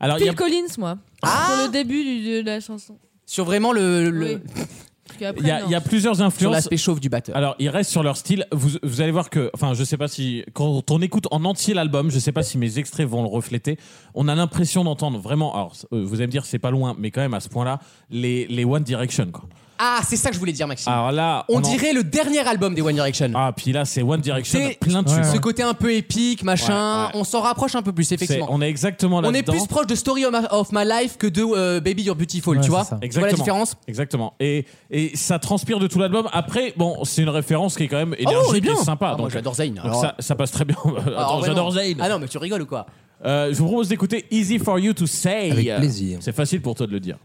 [SPEAKER 3] Alors, il y
[SPEAKER 5] Phil
[SPEAKER 3] a-
[SPEAKER 5] Collins, moi.
[SPEAKER 2] Ah
[SPEAKER 5] Pour le début du- de la chanson.
[SPEAKER 2] Sur vraiment le, le-
[SPEAKER 5] Oui. Parce qu'après,
[SPEAKER 3] il y a-
[SPEAKER 5] non.
[SPEAKER 3] il y a plusieurs
[SPEAKER 2] sur
[SPEAKER 3] influences.
[SPEAKER 2] l'aspect chauve du batteur.
[SPEAKER 3] Alors, ils restent sur leur style. Vous, vous allez voir que, enfin, je sais pas si, quand on écoute en entier l'album, je sais pas si mes extraits vont le refléter. On a l'impression d'entendre vraiment, alors, euh, vous allez me dire, c'est pas loin, mais quand même à ce point-là, les, les One Direction, quoi.
[SPEAKER 2] Ah, c'est ça que je voulais dire, Maxime.
[SPEAKER 3] Alors là,
[SPEAKER 2] on
[SPEAKER 3] en-
[SPEAKER 2] dirait le dernier album des One Direction.
[SPEAKER 3] Ah, puis là, c'est One Direction
[SPEAKER 2] C'est-
[SPEAKER 3] plein de
[SPEAKER 6] Ouais,
[SPEAKER 2] Ce
[SPEAKER 3] tubes.
[SPEAKER 2] côté un peu épique, machin,
[SPEAKER 3] Ouais, ouais.
[SPEAKER 2] on s'en rapproche un peu plus,
[SPEAKER 3] C'est-
[SPEAKER 2] effectivement.
[SPEAKER 3] On est exactement
[SPEAKER 2] On est
[SPEAKER 3] là-dedans.
[SPEAKER 2] plus proche de Story of My- of My Life que de euh, Baby You're Beautiful,
[SPEAKER 6] Ouais,
[SPEAKER 2] tu
[SPEAKER 6] c'est
[SPEAKER 2] vois
[SPEAKER 6] ça.
[SPEAKER 2] Tu vois la
[SPEAKER 3] Exactement.
[SPEAKER 2] différence
[SPEAKER 3] Exactement. Et, et ça transpire de tout l'album. Après, bon, c'est une référence qui est quand même énergique
[SPEAKER 2] on Oh, est bien.
[SPEAKER 3] et sympa.
[SPEAKER 2] Ah, moi,
[SPEAKER 3] donc,
[SPEAKER 2] j'adore Zayn,
[SPEAKER 3] donc
[SPEAKER 2] alors.
[SPEAKER 3] ça, ça passe très bien.
[SPEAKER 2] Alors,
[SPEAKER 3] Attends,
[SPEAKER 2] vraiment.
[SPEAKER 3] j'adore Zayn.
[SPEAKER 2] Ah non, mais tu rigoles ou quoi
[SPEAKER 3] Euh, je vous propose d'écouter Easy for You to Say.
[SPEAKER 7] Avec plaisir.
[SPEAKER 3] C'est facile pour toi de le dire.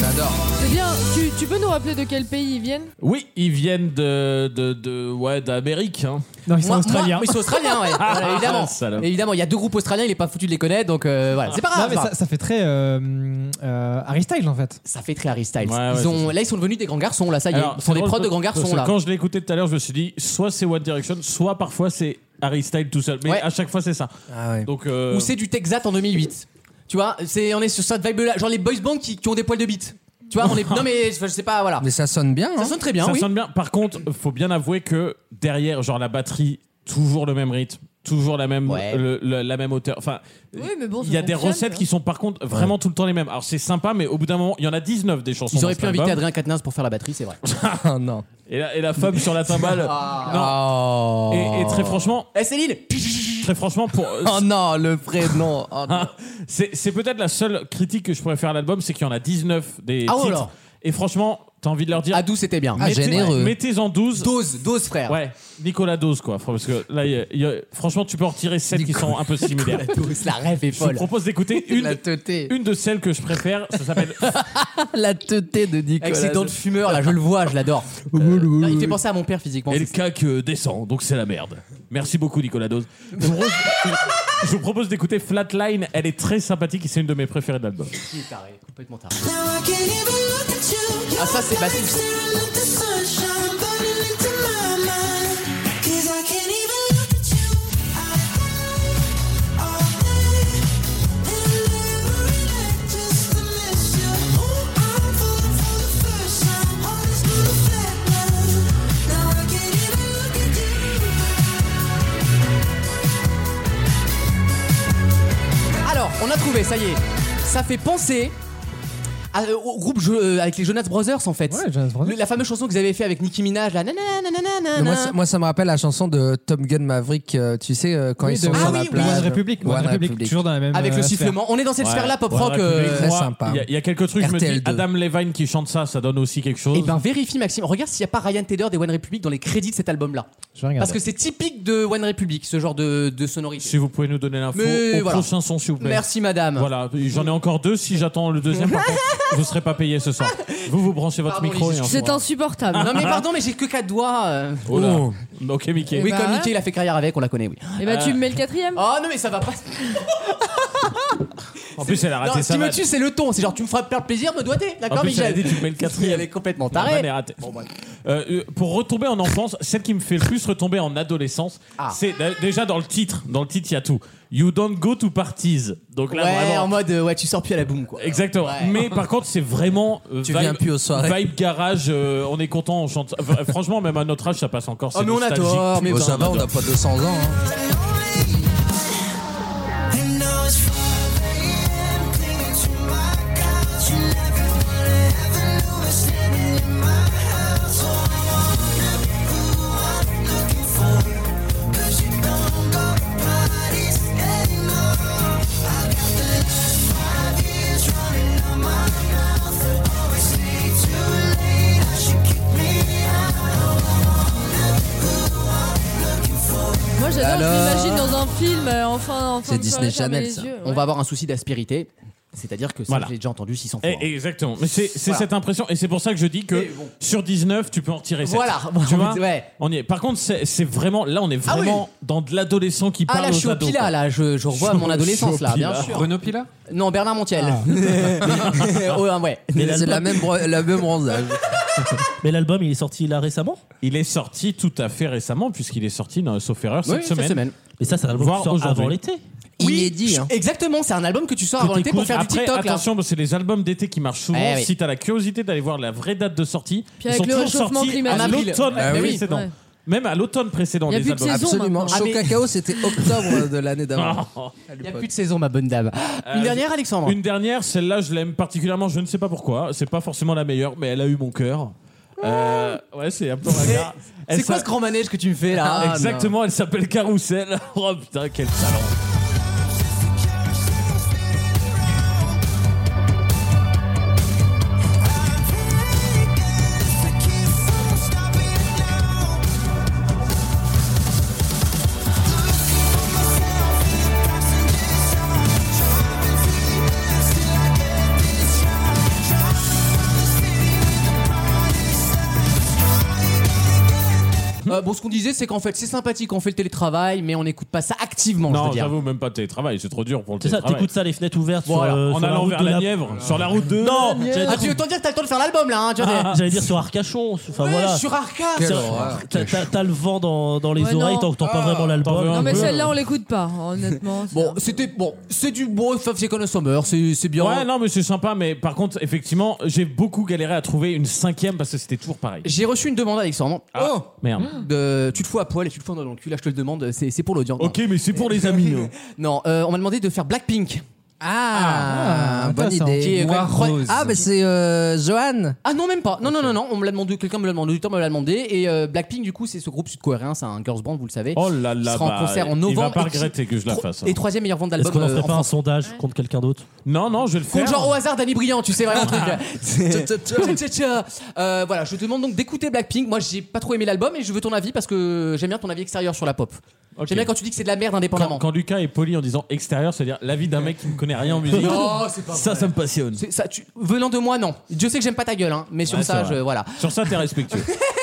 [SPEAKER 7] J'adore.
[SPEAKER 5] C'est bien. Tu, tu peux nous rappeler de quel pays ils viennent
[SPEAKER 3] Oui, ils viennent de, de, de ouais d'Amérique. hein.
[SPEAKER 6] Non, ils sont
[SPEAKER 2] Moi- moi-
[SPEAKER 6] australiens.
[SPEAKER 2] mais ils sont australiens, ouais.
[SPEAKER 3] Ah,
[SPEAKER 2] Voilà, évidemment.
[SPEAKER 3] Salope.
[SPEAKER 2] Évidemment, il y a deux groupes australiens, il est pas foutu de les connaître, donc euh,
[SPEAKER 3] Ah.
[SPEAKER 2] voilà. C'est pas grave.
[SPEAKER 6] Non, mais
[SPEAKER 2] ça,
[SPEAKER 6] ça, ça fait très euh, euh, Harry Styles en fait.
[SPEAKER 2] ça fait très Harry Styles.
[SPEAKER 3] Ouais, ouais,
[SPEAKER 2] ils ont,
[SPEAKER 3] c'est
[SPEAKER 2] là, ils sont devenus des grands garçons, là, ça y est.
[SPEAKER 3] Alors,
[SPEAKER 2] Ils
[SPEAKER 3] c'est
[SPEAKER 2] sont des
[SPEAKER 3] drôle
[SPEAKER 2] prods de
[SPEAKER 3] parce-
[SPEAKER 2] grands
[SPEAKER 3] parce
[SPEAKER 2] garçons,
[SPEAKER 3] que
[SPEAKER 2] là.
[SPEAKER 3] Quand je l'ai écouté tout à l'heure, je me suis dit soit c'est One Direction, soit parfois c'est Harry Styles tout seul. Mais
[SPEAKER 2] Ouais.
[SPEAKER 3] à chaque fois c'est ça.
[SPEAKER 7] Ah ouais.
[SPEAKER 3] Donc euh,
[SPEAKER 2] Ou c'est du Texas en 2008. Tu vois, c'est on est sur cette vibe là, genre les boys bands qui, qui ont des poils de bite. Tu vois, on est non mais je sais pas voilà.
[SPEAKER 7] Mais ça sonne bien. hein.
[SPEAKER 2] Ça sonne très bien,
[SPEAKER 4] ça
[SPEAKER 2] oui.
[SPEAKER 4] sonne bien. Par contre, faut bien avouer que derrière, genre la batterie, toujours le même rythme, toujours la même,
[SPEAKER 2] Ouais.
[SPEAKER 4] le- le- la même hauteur. Enfin,
[SPEAKER 5] Oui, mais bon, ça
[SPEAKER 4] il y a des
[SPEAKER 5] fonctionne,
[SPEAKER 4] recettes
[SPEAKER 2] hein.
[SPEAKER 5] quoi.
[SPEAKER 4] qui sont par contre vraiment tout le temps les mêmes. Alors c'est sympa, mais au bout d'un moment, il y en a 19 des chansons.
[SPEAKER 2] Ils auraient
[SPEAKER 4] dans
[SPEAKER 2] pu
[SPEAKER 4] cet
[SPEAKER 2] inviter
[SPEAKER 4] album.
[SPEAKER 2] Adrien Quatennens pour faire la batterie, c'est vrai.
[SPEAKER 7] Ah, non.
[SPEAKER 4] Et la, et la femme sur la timbale.
[SPEAKER 7] Oh.
[SPEAKER 4] Non. Et, et très franchement,
[SPEAKER 2] Ah. Eh Céline
[SPEAKER 4] très franchement, pour
[SPEAKER 7] Oh non, le prénom. Oh non.
[SPEAKER 4] Ah, c'est c'est peut-être la seule critique que je pourrais faire à l'album, c'est qu'il y en a 19 des
[SPEAKER 2] Ah, oh
[SPEAKER 4] titres.
[SPEAKER 2] là.
[SPEAKER 4] Et franchement, t'as envie de leur dire.
[SPEAKER 2] À 12 c'était bien.
[SPEAKER 7] Ah,
[SPEAKER 4] mettez-
[SPEAKER 7] généreux.
[SPEAKER 4] Mettez-en 12.
[SPEAKER 2] Dose, dose frère.
[SPEAKER 4] Ouais, Nicolas Dose, quoi. Parce que là, il y a- il y a- franchement, tu peux en retirer 7 qui sont un peu similaires.
[SPEAKER 2] Dose, la rêve est
[SPEAKER 4] Je vous
[SPEAKER 2] folle.
[SPEAKER 4] propose d'écouter
[SPEAKER 7] La
[SPEAKER 4] une,
[SPEAKER 7] teuté.
[SPEAKER 4] une de celles que je préfère. Ça s'appelle.
[SPEAKER 7] La teuté de Nicolas.
[SPEAKER 2] Avec ses dents de fumeur là, je le vois, je l'adore. Euh, il fait penser à mon père physiquement.
[SPEAKER 4] Et
[SPEAKER 2] c'est
[SPEAKER 4] le cac euh, descend, donc c'est la merde. Merci beaucoup, Nicolas Dose. Je vous propose- je vous propose d'écouter Flatline. Elle est très sympathique et c'est une de mes préférées de l'album.
[SPEAKER 2] Qui est taré, complètement taré. Ah ça c'est bah, c'est- Alors, on a trouvé, ça y est. Ça fait penser à- euh, au groupe je- euh, avec les Jonas Brothers en fait.
[SPEAKER 6] Ouais, Jonas Brothers.
[SPEAKER 2] Le- la fameuse chanson que vous avez fait avec Nicki Minaj là. nanana, nanana,
[SPEAKER 7] Mais Moi, ça-
[SPEAKER 2] nanana.
[SPEAKER 7] moi, ça me rappelle la chanson de Tom Gun Maverick, euh, tu sais, euh, quand
[SPEAKER 6] Oui,
[SPEAKER 7] ils
[SPEAKER 6] de-
[SPEAKER 7] sont
[SPEAKER 2] Ah
[SPEAKER 7] sur
[SPEAKER 2] oui,
[SPEAKER 7] la
[SPEAKER 2] oui.
[SPEAKER 7] plage.
[SPEAKER 6] One Republic, One
[SPEAKER 7] One
[SPEAKER 6] Republic,
[SPEAKER 7] Republic.
[SPEAKER 6] toujours dans la même
[SPEAKER 2] avec
[SPEAKER 6] euh,
[SPEAKER 2] le
[SPEAKER 6] sphère.
[SPEAKER 2] sifflement. On est dans cette
[SPEAKER 4] Ouais,
[SPEAKER 2] sphère là pop
[SPEAKER 4] ouais,
[SPEAKER 2] rock.
[SPEAKER 4] République,
[SPEAKER 2] euh,
[SPEAKER 7] Très
[SPEAKER 4] moi,
[SPEAKER 7] sympa.
[SPEAKER 4] Il y a- il y, a quelques trucs, je me dis,
[SPEAKER 7] RTL2.
[SPEAKER 4] Adam Levine qui chante ça, ça donne aussi quelque chose.
[SPEAKER 2] Eh ben vérifie Maxime, regarde s'il n'y a pas Ryan Tedder des One Republic dans les crédits de cet album là.
[SPEAKER 6] Je vais regarder.
[SPEAKER 2] Parce que c'est typique de One Republic ce genre de, de sonorité.
[SPEAKER 4] si vous pouvez nous donner l'info
[SPEAKER 2] Mais
[SPEAKER 4] au
[SPEAKER 2] voilà.
[SPEAKER 4] prochain son, s'il vous plaît.
[SPEAKER 2] Merci madame.
[SPEAKER 4] Voilà, j'en ai encore deux. Si j'attends le deuxième, par contre, je ne serai pas payé ce soir. Vous, vous branchez votre
[SPEAKER 2] Pardon,
[SPEAKER 4] micro
[SPEAKER 2] les-
[SPEAKER 4] et on
[SPEAKER 5] C'est
[SPEAKER 4] pourra-
[SPEAKER 5] insupportable.
[SPEAKER 2] Non mais pardon mais j'ai que quatre doigts. euh.
[SPEAKER 4] Oh là. Eh ben. Ok, Mickey.
[SPEAKER 2] Oui
[SPEAKER 5] bah
[SPEAKER 2] comme
[SPEAKER 5] ouais.
[SPEAKER 2] Mickey il a fait carrière avec, on la connaît oui.
[SPEAKER 5] Et bah, tu me mets le quatrième.
[SPEAKER 2] Oh non mais ça va pas.
[SPEAKER 4] En plus, elle a
[SPEAKER 2] Non,
[SPEAKER 4] raté
[SPEAKER 2] ce
[SPEAKER 4] sa
[SPEAKER 2] qui me
[SPEAKER 4] vanne.
[SPEAKER 2] tue c'est le ton, c'est genre tu me feras perdre plaisir, me doiter,
[SPEAKER 4] En
[SPEAKER 2] d'accord
[SPEAKER 4] plus, elle a
[SPEAKER 2] Michel
[SPEAKER 4] dit, tu me mets le
[SPEAKER 2] Elle
[SPEAKER 4] quatrième.
[SPEAKER 2] est complètement
[SPEAKER 4] La vanne
[SPEAKER 2] tarée.
[SPEAKER 4] est ratée.
[SPEAKER 7] bah,
[SPEAKER 4] Euh, euh, pour retomber en enfance, celle qui me fait le plus retomber en adolescence,
[SPEAKER 2] Ah.
[SPEAKER 4] c'est d- déjà dans le titre. Dans le titre, il y a tout. You don't go to parties. Donc là,
[SPEAKER 2] ouais,
[SPEAKER 4] vraiment,
[SPEAKER 2] en mode euh, ouais, tu sors plus à la boum quoi.
[SPEAKER 4] Exactement.
[SPEAKER 2] Ouais.
[SPEAKER 4] Mais par contre, c'est vraiment. euh,
[SPEAKER 7] Tu viens plus aux soirées.
[SPEAKER 4] Vibe garage, euh, on est content, on chante. Enfin, franchement, même à notre âge, ça passe encore.
[SPEAKER 2] Oh
[SPEAKER 4] c'est
[SPEAKER 2] mais on
[SPEAKER 4] nostalgique.
[SPEAKER 2] adore, mais
[SPEAKER 7] Oh, ça
[SPEAKER 2] putain,
[SPEAKER 7] va, on n'a pas 200 ans. hein.
[SPEAKER 5] Moi, j'adore, je
[SPEAKER 7] Alors
[SPEAKER 5] m'imagine dans un film, euh, enfin, enfin.
[SPEAKER 7] C'est Disney Channel, ça.
[SPEAKER 2] On va avoir un souci d'aspérité, c'est-à-dire que ça
[SPEAKER 4] Voilà.
[SPEAKER 2] je l'ai déjà entendu 600
[SPEAKER 3] eh,
[SPEAKER 2] fois.
[SPEAKER 4] Et- et exactement. Mais c'est c'est
[SPEAKER 2] Voilà.
[SPEAKER 4] cette impression, et c'est pour ça que je dis que
[SPEAKER 2] Mais bon.
[SPEAKER 4] sur 19, tu peux en tirer 7.
[SPEAKER 2] Voilà,
[SPEAKER 4] Tu vois
[SPEAKER 2] ouais.
[SPEAKER 4] On y est. Par contre, c'est c'est vraiment. Là, on est
[SPEAKER 2] Ah oui.
[SPEAKER 4] vraiment dans de l'adolescent qui
[SPEAKER 2] Ah
[SPEAKER 4] parle
[SPEAKER 2] là je suis
[SPEAKER 4] aux
[SPEAKER 2] au
[SPEAKER 4] ados.
[SPEAKER 2] Pila
[SPEAKER 4] quoi.
[SPEAKER 2] là, je, je revois mon adolescence là, bien
[SPEAKER 4] Pila.
[SPEAKER 2] sûr.
[SPEAKER 8] Renaud Pila
[SPEAKER 2] Non Bernard Montiel. ouais, ouais.
[SPEAKER 7] C'est la même, bro- la même bronzage.
[SPEAKER 3] Mais l'album, il est sorti là récemment.
[SPEAKER 4] Il est sorti tout à fait récemment, puisqu'il est sorti, non, sauf erreur, cette
[SPEAKER 2] Oui,
[SPEAKER 4] semaine.
[SPEAKER 3] Mais ça, c'est un album
[SPEAKER 4] Voir
[SPEAKER 3] qui sort
[SPEAKER 4] aujourd'hui.
[SPEAKER 3] avant l'été.
[SPEAKER 7] Inédit.
[SPEAKER 2] je-
[SPEAKER 7] Hein.
[SPEAKER 2] Exactement, c'est un album que tu sors avant
[SPEAKER 3] Que
[SPEAKER 2] l'été pour
[SPEAKER 3] t'écoutes
[SPEAKER 2] faire du
[SPEAKER 4] Après,
[SPEAKER 2] TikTok là.
[SPEAKER 4] attention, parce que c'est les albums d'été qui marchent souvent.
[SPEAKER 2] Eh oui.
[SPEAKER 4] Si t'as la curiosité d'aller voir la vraie date de sortie, ils
[SPEAKER 5] Puis avec
[SPEAKER 4] sont
[SPEAKER 5] le
[SPEAKER 4] toujours
[SPEAKER 5] réchauffement
[SPEAKER 4] sortis
[SPEAKER 5] climatique.
[SPEAKER 4] à
[SPEAKER 2] En avril.
[SPEAKER 4] l'automne
[SPEAKER 3] Ah
[SPEAKER 2] Ouais, ouais,
[SPEAKER 4] précédent.
[SPEAKER 5] ouais.
[SPEAKER 4] Même à l'automne précédent,
[SPEAKER 5] Y a
[SPEAKER 4] les
[SPEAKER 5] plus de
[SPEAKER 4] albums.
[SPEAKER 5] saison.
[SPEAKER 7] Absolument.
[SPEAKER 5] maintenant.
[SPEAKER 2] Ah,
[SPEAKER 7] Chaud
[SPEAKER 2] mais-
[SPEAKER 7] cacao, c'était octobre de l'année d'avant.
[SPEAKER 4] Ah.
[SPEAKER 2] Il n'y a plus de saison ma bonne dame. Ah, Une
[SPEAKER 4] Euh,
[SPEAKER 2] dernière Alexandre.
[SPEAKER 4] Une dernière, celle-là, je l'aime particulièrement. Je ne sais pas pourquoi. C'est pas forcément la meilleure, mais elle a eu mon cœur. Euh,
[SPEAKER 5] Ah.
[SPEAKER 4] ouais, c'est un peu ringard. Elle
[SPEAKER 2] C'est quoi
[SPEAKER 4] s'a-
[SPEAKER 2] ce grand manège que tu me fais là
[SPEAKER 7] Ah,
[SPEAKER 4] Exactement, elle s'appelle Carousel. Oh putain, quel salon.
[SPEAKER 2] Euh, bon, ce qu'on disait, c'est qu'en fait, c'est sympathique, on fait le télétravail, mais on n'écoute pas ça activement, je veux
[SPEAKER 3] Non,
[SPEAKER 2] dire.
[SPEAKER 3] j'avoue, même pas de télétravail, c'est trop dur pour le
[SPEAKER 4] C'est ça,
[SPEAKER 3] télétravail.
[SPEAKER 4] t'écoutes ça, les fenêtres ouvertes sur,
[SPEAKER 3] Ah Voilà,
[SPEAKER 4] euh,
[SPEAKER 3] en
[SPEAKER 4] sur la
[SPEAKER 3] allant
[SPEAKER 4] route
[SPEAKER 3] vers
[SPEAKER 4] de
[SPEAKER 3] la
[SPEAKER 4] la
[SPEAKER 3] Nièvre, sur la route de.
[SPEAKER 4] Non,
[SPEAKER 2] Ah,
[SPEAKER 4] j'allais
[SPEAKER 2] tu
[SPEAKER 4] dire,
[SPEAKER 2] autant dire que t'as le temps de faire l'album là, hein, tu vois.
[SPEAKER 4] ah, j'allais dire sur Arcachon. Enfin
[SPEAKER 2] Ouais,
[SPEAKER 4] voilà.
[SPEAKER 2] sur Arca.
[SPEAKER 4] C'est-
[SPEAKER 9] horreur.
[SPEAKER 4] t'as- T'as t'as le vent dans, dans les
[SPEAKER 5] Ouais,
[SPEAKER 4] oreilles,
[SPEAKER 5] non.
[SPEAKER 4] t'entends pas vraiment l'album.
[SPEAKER 5] Non, mais celle-là, on l'écoute pas, honnêtement. c'est
[SPEAKER 2] Bon,
[SPEAKER 5] un-
[SPEAKER 2] c'était bon, c'est du bon Fave Second Summer, c'est c'est bien.
[SPEAKER 3] Ouais, non, mais c'est sympa, mais par contre, effectivement, j'ai beaucoup galéré à trouver une cinquième parce que c'était toujours pareil.
[SPEAKER 2] J'ai reçu une demande, Alexandre.
[SPEAKER 3] Oh Merde.
[SPEAKER 2] De, tu te fous à poil et tu te fous dans le cul, là je te le demande, c'est c'est pour l'audience.
[SPEAKER 3] Ok, mais c'est pour les amis. hein.
[SPEAKER 2] Non, euh, on m'a demandé de faire Blackpink.
[SPEAKER 7] Ah,
[SPEAKER 6] Ah,
[SPEAKER 7] bonne
[SPEAKER 6] intéressant.
[SPEAKER 2] Qui est bah,
[SPEAKER 7] idée.
[SPEAKER 2] quand même
[SPEAKER 8] Noir
[SPEAKER 2] cro-
[SPEAKER 8] rose.
[SPEAKER 7] Ah, mais c'est euh, Johan.
[SPEAKER 2] Ah non, même pas. Non, non, non, non, on me l'a demandé, quelqu'un me l'a demandé, Tom me l'a demandé. Et euh, Blackpink, du coup, c'est ce groupe sud-coréen, c'est un girls band, vous le savez.
[SPEAKER 3] Oh là là,
[SPEAKER 2] Il sera en
[SPEAKER 3] bah,
[SPEAKER 2] concert en
[SPEAKER 3] Il va
[SPEAKER 2] novembre
[SPEAKER 3] pas
[SPEAKER 2] et qui-
[SPEAKER 3] regretter que je la
[SPEAKER 2] Tro-
[SPEAKER 3] fasse. hein.
[SPEAKER 2] Et troisième meilleure vente
[SPEAKER 4] Est-ce
[SPEAKER 2] d'album
[SPEAKER 4] qu'on en
[SPEAKER 2] euh,
[SPEAKER 4] ferait
[SPEAKER 2] en
[SPEAKER 4] pas un
[SPEAKER 2] France.
[SPEAKER 4] sondage contre quelqu'un d'autre
[SPEAKER 3] Non, non, je vais le faire.
[SPEAKER 2] Compte genre au hasard d'Annie Brillant, tu sais vraiment le truc. là. Tcha, tcha, tcha. Euh, voilà, je te demande donc d'écouter Blackpink. Moi, j'ai pas trop aimé l'album et je veux ton avis parce que j'aime bien ton avis extérieur sur la pop.
[SPEAKER 3] Ok.
[SPEAKER 2] J'aime bien quand tu dis que c'est de la merde indépendamment.
[SPEAKER 3] Quand, quand Lucas est poli en disant extérieur, c'est-à-dire l'avis d'un mec qui ne connaît rien en musique. ça, ça me passionne.
[SPEAKER 2] C'est- ça, tu- venant de moi, non. Dieu sait que j'aime pas ta gueule, hein, mais sur
[SPEAKER 3] Ouais,
[SPEAKER 2] ça,
[SPEAKER 3] c'est vrai.
[SPEAKER 2] je, voilà.
[SPEAKER 3] Sur ça, t'es respectueux.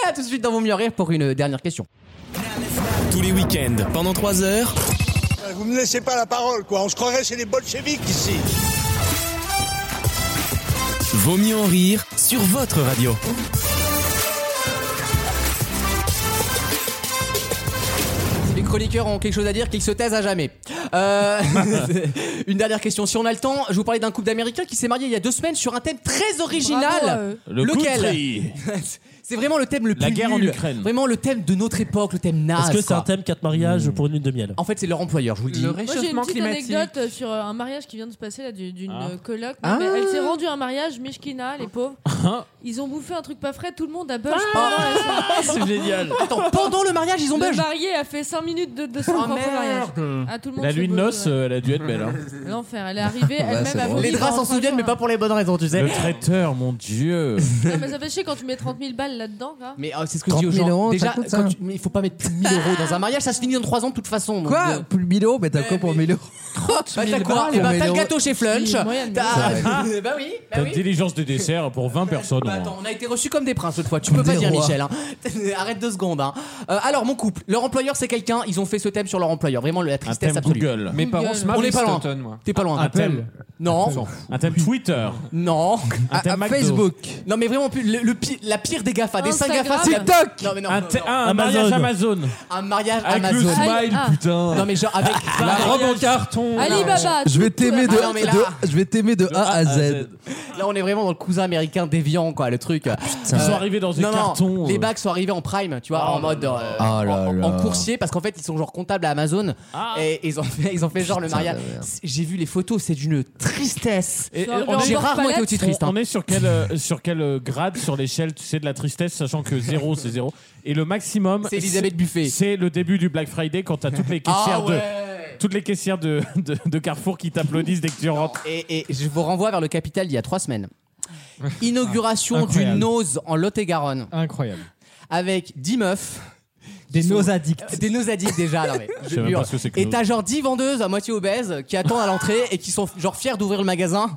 [SPEAKER 2] À tout de suite dans vos mieux rires pour une dernière question.
[SPEAKER 11] Tous les week-ends, pendant 3 heures.
[SPEAKER 12] Vous me laissez pas la parole, quoi. On se croirait chez les bolcheviks ici.
[SPEAKER 11] Vaut mieux en rire sur votre radio.
[SPEAKER 2] Les chroniqueurs ont quelque chose à dire qu'ils se taisent à jamais. Euh, une dernière question, si on a le temps. Je vous parlais d'un couple d'Américains qui s'est marié il y a deux semaines sur un thème très original.
[SPEAKER 5] Bravo à eux.
[SPEAKER 3] Le
[SPEAKER 2] Lequel Bah
[SPEAKER 3] country.
[SPEAKER 2] C'est vraiment le thème le plus
[SPEAKER 3] La guerre en
[SPEAKER 2] nul.
[SPEAKER 3] Ukraine.
[SPEAKER 2] Vraiment le thème de notre époque, le thème naze.
[SPEAKER 4] Est-ce que c'est
[SPEAKER 2] quoi.
[SPEAKER 4] un thème 4
[SPEAKER 3] Hmm.
[SPEAKER 4] mariages pour une lune de miel
[SPEAKER 2] En fait, c'est leur employeur, je vous le dis.
[SPEAKER 5] Moi, j'ai une petite anecdote euh, sur euh, un mariage qui vient de se passer là du- d'une
[SPEAKER 3] Ah.
[SPEAKER 5] euh, coloc.
[SPEAKER 7] Ah.
[SPEAKER 5] Non, mais Elle s'est rendue à un mariage, Mishkina, les pauvres. Ils ont bouffé un truc pas frais, tout le monde a bug. pendant la soirée.
[SPEAKER 3] c'est génial.
[SPEAKER 2] Attends, pendant le mariage, ils ont
[SPEAKER 5] Le
[SPEAKER 2] belge.
[SPEAKER 5] marié a fait 5 minutes de, de son
[SPEAKER 2] Oh,
[SPEAKER 5] propre mariage.
[SPEAKER 2] merde.
[SPEAKER 5] Ah, tout le monde
[SPEAKER 3] Hmm. La
[SPEAKER 5] se
[SPEAKER 3] lune de
[SPEAKER 5] bug,
[SPEAKER 3] noces,
[SPEAKER 5] ouais.
[SPEAKER 3] euh, elle a dû être belle. hein.
[SPEAKER 5] L'enfer, elle est arrivée elle-même
[SPEAKER 7] c'est
[SPEAKER 5] à
[SPEAKER 7] drôle.
[SPEAKER 2] Les draps s'en souviennent, mais pas pour les bonnes raisons, tu sais.
[SPEAKER 3] Le traiteur, mon dieu.
[SPEAKER 5] Non, Ah, mais ça fait chier quand tu mets 30 000 balles là-dedans. quoi.
[SPEAKER 2] Mais euh, c'est ce que je dis aux
[SPEAKER 7] 30 000
[SPEAKER 2] gens.
[SPEAKER 7] euros, ça
[SPEAKER 2] Déjà,
[SPEAKER 7] coûte, ça.
[SPEAKER 2] quand tu- mais il faut pas mettre plus de 1000 euros dans un mariage, ça se finit dans 3 ans de toute façon. donc, euh,
[SPEAKER 7] Quoi Pour le Milo Mais t'as quoi pour Milo
[SPEAKER 2] Bah, t'as
[SPEAKER 7] 1000
[SPEAKER 2] quoi
[SPEAKER 7] balles,
[SPEAKER 2] Eh ben,
[SPEAKER 7] mais
[SPEAKER 2] t'as le
[SPEAKER 7] les-
[SPEAKER 2] gâteau chez Flunch.
[SPEAKER 5] C'est une moyenne,
[SPEAKER 2] T'as- Bah oui, bah
[SPEAKER 3] T'as
[SPEAKER 2] oui.
[SPEAKER 3] diligence de dessert pour 20 personnes. hein.
[SPEAKER 2] Bah
[SPEAKER 3] au moins.
[SPEAKER 2] attends, on a été reçus comme des princes cette fois, tu peux pas
[SPEAKER 7] Des
[SPEAKER 2] dire
[SPEAKER 7] rois.
[SPEAKER 2] Michel. hein. Arrête deux secondes. hein. Euh, alors, mon couple, leur employeur c'est quelqu'un, ils ont fait ce thème sur leur employeur, vraiment la
[SPEAKER 3] Un
[SPEAKER 2] tristesse
[SPEAKER 3] thème
[SPEAKER 2] absolue.
[SPEAKER 3] Google.
[SPEAKER 8] Mes parents
[SPEAKER 5] gueule.
[SPEAKER 8] se
[SPEAKER 2] On est
[SPEAKER 8] marient
[SPEAKER 2] pas
[SPEAKER 8] cet
[SPEAKER 2] loin.
[SPEAKER 8] automne, moi.
[SPEAKER 2] T'es pas loin.
[SPEAKER 3] Un thème,
[SPEAKER 8] Apple.
[SPEAKER 2] Non,
[SPEAKER 3] un thème Twitter.
[SPEAKER 2] non,
[SPEAKER 3] Un
[SPEAKER 7] Ah,
[SPEAKER 3] thème McDo.
[SPEAKER 7] Facebook.
[SPEAKER 2] non, mais vraiment plus- le, le pi- la pire des GAFA, des 5
[SPEAKER 5] Instagram.
[SPEAKER 2] GAFA.
[SPEAKER 7] TikTok.
[SPEAKER 2] Non mais non,
[SPEAKER 3] Un,
[SPEAKER 2] non,
[SPEAKER 3] thé-
[SPEAKER 2] non.
[SPEAKER 3] ah, un
[SPEAKER 4] Amazon.
[SPEAKER 3] mariage Amazon.
[SPEAKER 2] un mariage
[SPEAKER 3] Avec le
[SPEAKER 2] Amazon.
[SPEAKER 5] Ah,
[SPEAKER 3] smile,
[SPEAKER 5] ah.
[SPEAKER 3] putain.
[SPEAKER 2] Non mais genre avec
[SPEAKER 8] La robe en carton.
[SPEAKER 5] Alibaba.
[SPEAKER 7] Je vais
[SPEAKER 5] tout- tout
[SPEAKER 7] t'aimer
[SPEAKER 5] là-bas.
[SPEAKER 7] de,
[SPEAKER 2] non, mais là-
[SPEAKER 7] de- je vais t'aimer de A à Z.
[SPEAKER 2] Là, on est vraiment dans le cousin américain déviant, quoi, le truc.
[SPEAKER 3] Ils sont
[SPEAKER 2] Euh,
[SPEAKER 3] arrivés dans
[SPEAKER 2] non, non,
[SPEAKER 3] un carton.
[SPEAKER 2] les
[SPEAKER 3] euh.
[SPEAKER 2] bacs sont arrivés en prime, tu vois, en mode euh,
[SPEAKER 7] Ah là
[SPEAKER 2] en, en-
[SPEAKER 7] là.
[SPEAKER 2] en coursier, parce qu'en fait, ils sont genre comptables à Amazon
[SPEAKER 3] Ah.
[SPEAKER 2] et ils ont fait, ils ont fait genre le mariage. C'est- J'ai vu les photos, c'est d'une tristesse.
[SPEAKER 3] Et- et
[SPEAKER 5] Genre,
[SPEAKER 3] on
[SPEAKER 5] leur
[SPEAKER 3] est-
[SPEAKER 2] J'ai
[SPEAKER 5] bord
[SPEAKER 2] rarement été
[SPEAKER 5] palette.
[SPEAKER 2] aussi triste.
[SPEAKER 3] On,
[SPEAKER 2] hein.
[SPEAKER 3] on est sur quel, euh, sur quel euh, grade sur l'échelle, tu sais, de la tristesse, sachant que zéro, c'est zéro. Et le maximum,
[SPEAKER 2] C'est Elisabeth Buffet.
[SPEAKER 3] c'est le début du Black Friday quand t'as toutes les caissières
[SPEAKER 2] Ah
[SPEAKER 3] de.
[SPEAKER 2] ouais.
[SPEAKER 3] Toutes les caissières de, de, de Carrefour qui t'applaudissent dès que tu rentres.
[SPEAKER 2] Et, et je vous renvoie vers le capital d'il y a trois semaines. Inauguration
[SPEAKER 6] Incroyable.
[SPEAKER 2] d'une nose en Lot-et-Garonne
[SPEAKER 6] Incroyable.
[SPEAKER 2] avec 10 meufs.
[SPEAKER 6] Des
[SPEAKER 2] Ils sont- Bah,
[SPEAKER 6] nos addicts.
[SPEAKER 2] Des nos addicts déjà, non mais,
[SPEAKER 3] sais même
[SPEAKER 2] jure.
[SPEAKER 3] pas ce que c'est que
[SPEAKER 2] Et
[SPEAKER 3] nos.
[SPEAKER 2] t'as genre 10 vendeuses à moitié obèses qui attendent à l'entrée et qui sont genre fiers d'ouvrir le magasin.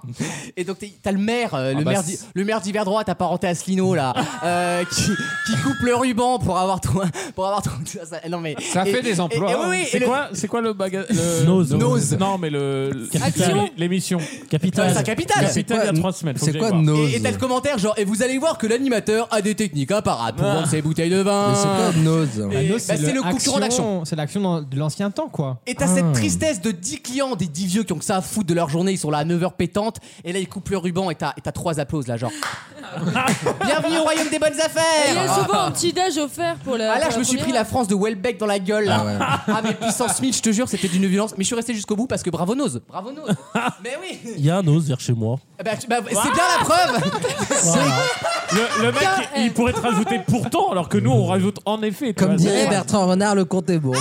[SPEAKER 2] Et donc t'es- t'as le maire, euh, le,
[SPEAKER 8] Ah bah,
[SPEAKER 2] maire di- le maire d'hiver droit, apparenté à Slino là, euh, qui, qui coupe le ruban pour avoir trop. Pour avoir trop- ça- ça- non mais.
[SPEAKER 8] Ça
[SPEAKER 2] et-
[SPEAKER 8] fait des emplois.
[SPEAKER 2] et- et oui, oui, et
[SPEAKER 3] hein. C'est
[SPEAKER 2] le-
[SPEAKER 3] quoi, c'est quoi le bagage
[SPEAKER 4] Nose.
[SPEAKER 3] Euh, Non, mais le. le-
[SPEAKER 5] Action.
[SPEAKER 3] L'émission.
[SPEAKER 2] Ouais, c'est un
[SPEAKER 4] Capital.
[SPEAKER 2] capital.
[SPEAKER 3] C'est il y a trois semaines. faut que
[SPEAKER 7] C'est
[SPEAKER 3] j'aille
[SPEAKER 7] quoi
[SPEAKER 3] voir.
[SPEAKER 7] Nose
[SPEAKER 2] Et et t'as le commentaire genre et vous allez voir que l'animateur a des techniques hein, imparables pour vendre ses bouteilles de
[SPEAKER 7] Mais c'est
[SPEAKER 2] vin.
[SPEAKER 7] quoi Nose
[SPEAKER 2] Et-
[SPEAKER 6] Nos,
[SPEAKER 2] bah, c'est le concurrent d'action.
[SPEAKER 6] C'est l'action dans- de l'ancien temps, quoi.
[SPEAKER 2] Et t'as
[SPEAKER 7] Ah.
[SPEAKER 2] cette tristesse de 10 clients, des 10 vieux qui ont que ça à foutre de leur journée, ils sont là à 9h pétante, et là ils coupent le ruban et t'as et t'as trois applauses là, genre. Bienvenue au royaume des bonnes
[SPEAKER 5] Et il y
[SPEAKER 2] affaires
[SPEAKER 5] a souvent un petit déj offert pour la.
[SPEAKER 2] Ah là,
[SPEAKER 5] pour
[SPEAKER 2] je
[SPEAKER 5] la
[SPEAKER 2] me suis pris
[SPEAKER 5] première.
[SPEAKER 2] la France de Welbeck dans la gueule là.
[SPEAKER 7] Ah ouais.
[SPEAKER 2] Ah, mais puissance Smith, je te jure, c'était d'une violence. Mais je suis resté jusqu'au bout parce que bravo Nose. Bravo Nose. mais oui.
[SPEAKER 4] Il y a un os vers chez moi.
[SPEAKER 2] Bah, tu- bah, c'est bien la preuve.
[SPEAKER 3] Le, le mec, il il pourrait te rajouter pourtant, alors que nous, on rajoute en effet. tu
[SPEAKER 7] Comme
[SPEAKER 3] vois,
[SPEAKER 7] dirait
[SPEAKER 3] c'est-
[SPEAKER 7] Bertrand Renard, le compte est bon.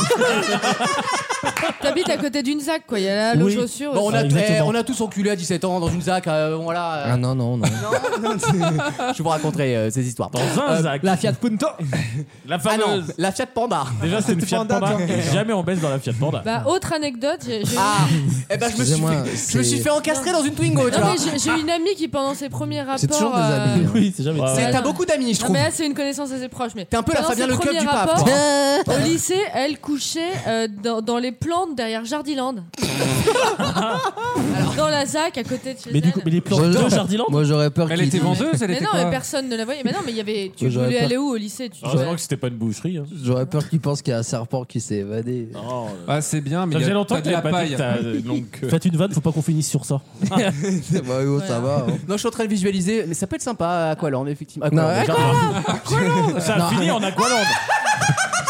[SPEAKER 5] T'habites à côté d'une ZAC, quoi. Il y a la
[SPEAKER 2] Oui.
[SPEAKER 5] chaussure.
[SPEAKER 2] Bon, on, a eh, on a tous enculé à 17 ans dans une ZAC. euh, voilà, euh,
[SPEAKER 7] Ah non, non, non.
[SPEAKER 2] je vous raconterai euh, ces histoires. Dans
[SPEAKER 3] un ZAC.
[SPEAKER 2] La Fiat Punto.
[SPEAKER 3] La
[SPEAKER 2] Ah
[SPEAKER 3] fameuse.
[SPEAKER 2] non, la Fiat Panda.
[SPEAKER 3] Déjà, c'est une Fiat Panda. Jamais on baisse dans la Fiat Panda.
[SPEAKER 5] Bah, autre anecdote, j'ai j'ai-
[SPEAKER 2] Eh ben, je me suis
[SPEAKER 3] Excusez-moi,
[SPEAKER 2] fait, je
[SPEAKER 3] c'est-
[SPEAKER 2] me suis fait encastrer dans une Twingo, tu
[SPEAKER 5] Non,
[SPEAKER 2] vois.
[SPEAKER 5] mais j'ai- j'ai eu une amie qui, pendant ses premiers rapports. euh,
[SPEAKER 4] Oui, c'est jamais.
[SPEAKER 2] C'est- T'as
[SPEAKER 5] non.
[SPEAKER 2] beaucoup d'amis, je
[SPEAKER 5] Non,
[SPEAKER 2] trouve.
[SPEAKER 5] mais là, c'est une connaissance assez proche. Mais
[SPEAKER 2] T'es un peu la
[SPEAKER 5] pendant
[SPEAKER 2] Fabien
[SPEAKER 5] ses
[SPEAKER 2] Leclerc
[SPEAKER 5] premiers
[SPEAKER 2] du pape,
[SPEAKER 5] rapports,
[SPEAKER 2] toi.
[SPEAKER 5] Au lycée, elle couchait euh, dans, dans les plantes derrière Jardiland. Alors, dans la ZAC, à côté de chez
[SPEAKER 7] Mais
[SPEAKER 5] elle.
[SPEAKER 7] du coup, mais les plans de Jardiland Moi j'aurais peur
[SPEAKER 8] Elle
[SPEAKER 7] qu'il-
[SPEAKER 8] était vendeuse, elle
[SPEAKER 5] mais
[SPEAKER 8] était
[SPEAKER 5] non,
[SPEAKER 8] quoi
[SPEAKER 5] mais personne ne la voyait. Mais non, mais il y avait. Tu
[SPEAKER 7] Moi, j'aurais
[SPEAKER 5] voulais
[SPEAKER 7] peur.
[SPEAKER 5] aller où au lycée tu-
[SPEAKER 3] Heureusement Ah, que c'était pas une boucherie. hein.
[SPEAKER 7] J'aurais peur qu'il pense qu'il y a un serpent qui s'est évadé.
[SPEAKER 8] Ah, c'est bien, mais
[SPEAKER 3] Ça
[SPEAKER 8] il y a
[SPEAKER 3] faisait longtemps
[SPEAKER 8] pas de
[SPEAKER 3] qu'elle
[SPEAKER 8] la
[SPEAKER 3] a pas dit
[SPEAKER 8] paille.
[SPEAKER 3] que t'as euh, longue queue.
[SPEAKER 4] Faites une vanne, faut pas qu'on finisse sur ça.
[SPEAKER 7] bah, oui, ça va.
[SPEAKER 2] Non, je suis en train de visualiser, mais ça peut être sympa à Aqualand, effectivement. Aqualand,
[SPEAKER 7] Non, Ah,
[SPEAKER 2] déjà.
[SPEAKER 3] Ça
[SPEAKER 7] Non.
[SPEAKER 3] a fini en Aqualand.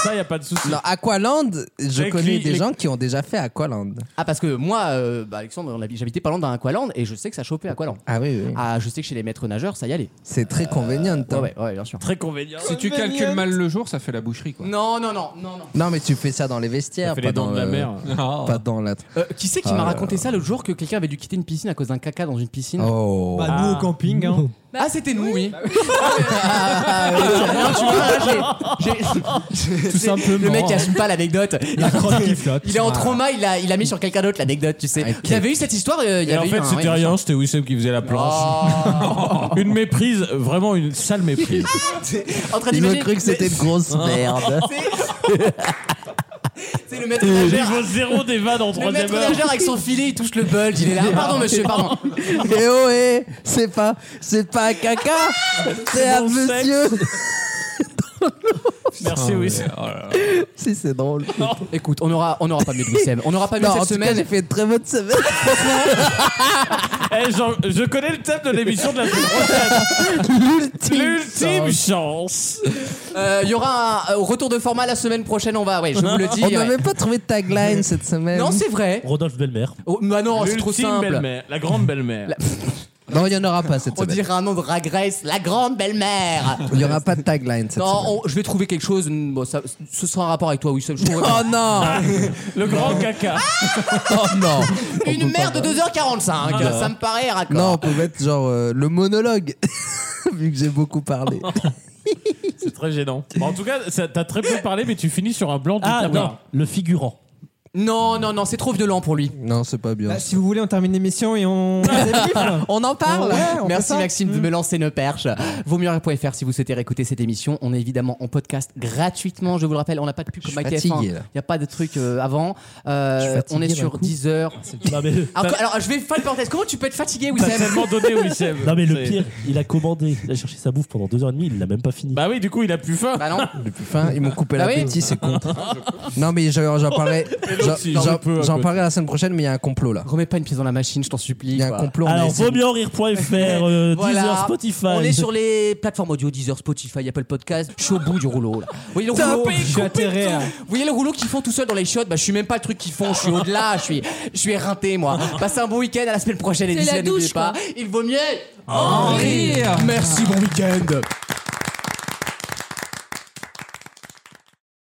[SPEAKER 3] Ça, y a pas de souci.
[SPEAKER 7] Non, Aqualand, je
[SPEAKER 3] Les
[SPEAKER 7] connais
[SPEAKER 3] cli-
[SPEAKER 7] des
[SPEAKER 3] les-
[SPEAKER 7] gens qui ont déjà fait Aqualand.
[SPEAKER 2] Ah, parce que moi, euh, bah, Alexandre, on habite- j'habitais pas loin d'un Aqualand et je sais que ça chopait Aqualand.
[SPEAKER 7] Ah oui, oui.
[SPEAKER 2] Ah, je sais que chez les maîtres nageurs, ça y allait.
[SPEAKER 7] C'est très convenient.
[SPEAKER 2] Ouais, ouais, ouais, bien sûr.
[SPEAKER 3] Très convenient.
[SPEAKER 8] Si tu calcules mal le jour, ça fait la boucherie, quoi.
[SPEAKER 2] Non, non, non, non, non.
[SPEAKER 7] Non, mais tu fais ça dans les vestiaires.
[SPEAKER 8] Ça fait
[SPEAKER 7] pas
[SPEAKER 8] les dents
[SPEAKER 7] dans,
[SPEAKER 8] de la
[SPEAKER 7] euh,
[SPEAKER 8] mer. Ah.
[SPEAKER 7] Pas dans la.
[SPEAKER 2] Euh, qui c'est qui
[SPEAKER 7] Ah
[SPEAKER 2] m'a
[SPEAKER 7] là
[SPEAKER 2] raconté ça le jour que quelqu'un avait dû quitter une piscine à cause d'un caca dans une piscine
[SPEAKER 7] Oh.
[SPEAKER 6] Bah, nous, au camping, hein.
[SPEAKER 2] Ah, c'était nous, oui. Ah, Tout
[SPEAKER 4] simplement.
[SPEAKER 2] Le mec qui assume pas l'anecdote.
[SPEAKER 4] La crotte qui flotte.
[SPEAKER 2] Il est en trauma, il a, il a mis sur quelqu'un d'autre l'anecdote, tu sais. Il y avait eu cette histoire. euh, il y
[SPEAKER 3] Et
[SPEAKER 2] avait
[SPEAKER 3] en
[SPEAKER 2] eu
[SPEAKER 3] fait,
[SPEAKER 2] un- Oh.
[SPEAKER 3] c'était
[SPEAKER 2] ouais.
[SPEAKER 3] rien, c'était Wissem qui faisait la planche. une méprise, vraiment une sale méprise.
[SPEAKER 2] Oh. En train
[SPEAKER 7] Ils ont
[SPEAKER 2] d'imaginer-
[SPEAKER 7] cru que c'était une grosse merde.
[SPEAKER 2] C'est le maître nageur.
[SPEAKER 3] Niveau zéro des vannes en
[SPEAKER 2] Le
[SPEAKER 3] troisième
[SPEAKER 2] maître
[SPEAKER 3] heure.
[SPEAKER 2] nageur avec son filet, il touche le bulge. Il est là. Ah, Pardon, monsieur, pardon.
[SPEAKER 7] Eh oh, eh, c'est pas, c'est pas un caca, c'est un
[SPEAKER 3] mon
[SPEAKER 7] monsieur.
[SPEAKER 3] Merci Wissem.
[SPEAKER 7] si, c'est drôle.
[SPEAKER 2] Écoute, on aura, on aura pas mieux de Wissem. On aura pas mieux
[SPEAKER 7] Non, en
[SPEAKER 2] cette
[SPEAKER 7] tout cas,
[SPEAKER 2] semaine.
[SPEAKER 7] j'ai fait une très bonne semaine.
[SPEAKER 3] Eh, Jean, je connais le thème de l'émission de la semaine prochaine. L'ultime chance.
[SPEAKER 2] Euh, Il y aura un euh, retour de format la semaine prochaine. On va, ouais, je vous le dis.
[SPEAKER 7] On n'a
[SPEAKER 2] ouais.
[SPEAKER 7] même pas trouvé de tagline cette semaine.
[SPEAKER 2] Non, c'est vrai.
[SPEAKER 4] Rodolphe Belmer.
[SPEAKER 2] Oh, bah non, c'est trop
[SPEAKER 3] L'ultime
[SPEAKER 2] simple.
[SPEAKER 3] belle-mère, la grande belle-mère.
[SPEAKER 7] Non, il n'y en aura pas cette
[SPEAKER 2] On
[SPEAKER 7] semaine.
[SPEAKER 2] dirait un nom de ragresse, la grande belle-mère.
[SPEAKER 7] Il n'y aura pas de tagline cette semaine.
[SPEAKER 2] Non, on- je vais trouver quelque chose. mm, bon, ça- ce sera un rapport avec toi, Wissem. je trouverai pas.
[SPEAKER 7] Oh non
[SPEAKER 3] Le grand caca.
[SPEAKER 7] Oh non
[SPEAKER 2] Une mère de 2h45.
[SPEAKER 7] Non.
[SPEAKER 2] Ça me paraît raccord.
[SPEAKER 7] Non, on peut mettre genre euh, le monologue, vu que j'ai beaucoup parlé.
[SPEAKER 3] C'est très gênant. Bon, en tout cas, ça- t'as très peu parlé, mais tu finis sur un blanc de
[SPEAKER 4] Ah
[SPEAKER 3] ta
[SPEAKER 4] non,
[SPEAKER 3] part.
[SPEAKER 4] le figurant.
[SPEAKER 2] non, non, non, c'est trop violent pour lui.
[SPEAKER 7] Non, c'est pas bien.
[SPEAKER 6] Bah, si vous voulez, on termine l'émission et on. on
[SPEAKER 2] Ah On Hmm. en parle.
[SPEAKER 6] Ouais, on fait
[SPEAKER 2] Merci
[SPEAKER 6] ça.
[SPEAKER 2] Maxime de me lancer nos perches. Vaut mieux rire.fr si vous souhaitez réécouter cette émission. On est évidemment en podcast gratuitement. Je vous le rappelle, on n'a pas de pub
[SPEAKER 7] Je
[SPEAKER 2] comme
[SPEAKER 7] suis
[SPEAKER 2] ITF1.
[SPEAKER 7] fatigué,
[SPEAKER 2] Il
[SPEAKER 7] là.
[SPEAKER 2] n'y a pas de truc euh, avant. Euh,
[SPEAKER 7] Je suis fatigué
[SPEAKER 2] on est
[SPEAKER 7] d'un
[SPEAKER 2] sur
[SPEAKER 7] coup.
[SPEAKER 2] 10 heures.
[SPEAKER 4] Non mais, le-
[SPEAKER 2] Alors, alors, je vais faire le parenthèse. Comment tu peux être fatigué,
[SPEAKER 3] T'as
[SPEAKER 2] Wissem
[SPEAKER 3] tellement donné Wissem.
[SPEAKER 4] non, mais le
[SPEAKER 3] C'est-
[SPEAKER 4] pire, il a commandé, il a cherché sa bouffe pendant deux heures et demie, il l'a même pas fini.
[SPEAKER 3] Bah oui, du coup, il a plus faim.
[SPEAKER 2] Bah non.
[SPEAKER 7] Depuis fin, ils m'ont coupé
[SPEAKER 2] Bah oui.
[SPEAKER 7] l'appétit, c'est con. Non, mais j'en j'en parlerai. j'en-
[SPEAKER 3] si,
[SPEAKER 7] j'en-
[SPEAKER 3] j'en peux, un
[SPEAKER 7] J'en
[SPEAKER 3] peu.
[SPEAKER 7] parlerai la semaine prochaine, mais il y a un complot là.
[SPEAKER 2] Remets pas une pièce dans la machine, je t'en supplie.
[SPEAKER 7] Il y a
[SPEAKER 2] quoi.
[SPEAKER 7] un complot. on
[SPEAKER 4] Alors,
[SPEAKER 7] est-
[SPEAKER 4] vaut mieux en rire.fr, euh,
[SPEAKER 2] Voilà.
[SPEAKER 4] Deezer, Spotify.
[SPEAKER 2] On est sur les plateformes audio, Deezer, Spotify, Apple Podcast. Je suis au bout du rouleau. Là. Vous voyez le rouleau
[SPEAKER 6] Je suis atterré. hein.
[SPEAKER 2] Vous voyez le rouleau qu'ils font tout seul dans les chiottes Bah, je suis même pas le truc qu'ils font. Je suis au-delà. Je suis, je suis éreinté, moi. Passez un bon week-end. À la semaine prochaine. Et
[SPEAKER 5] C'est la
[SPEAKER 2] d'ici là, n'oubliez
[SPEAKER 5] douche,
[SPEAKER 2] pas,
[SPEAKER 5] quoi.
[SPEAKER 2] il vaut mieux.
[SPEAKER 5] rire.
[SPEAKER 2] Merci, bon week-end.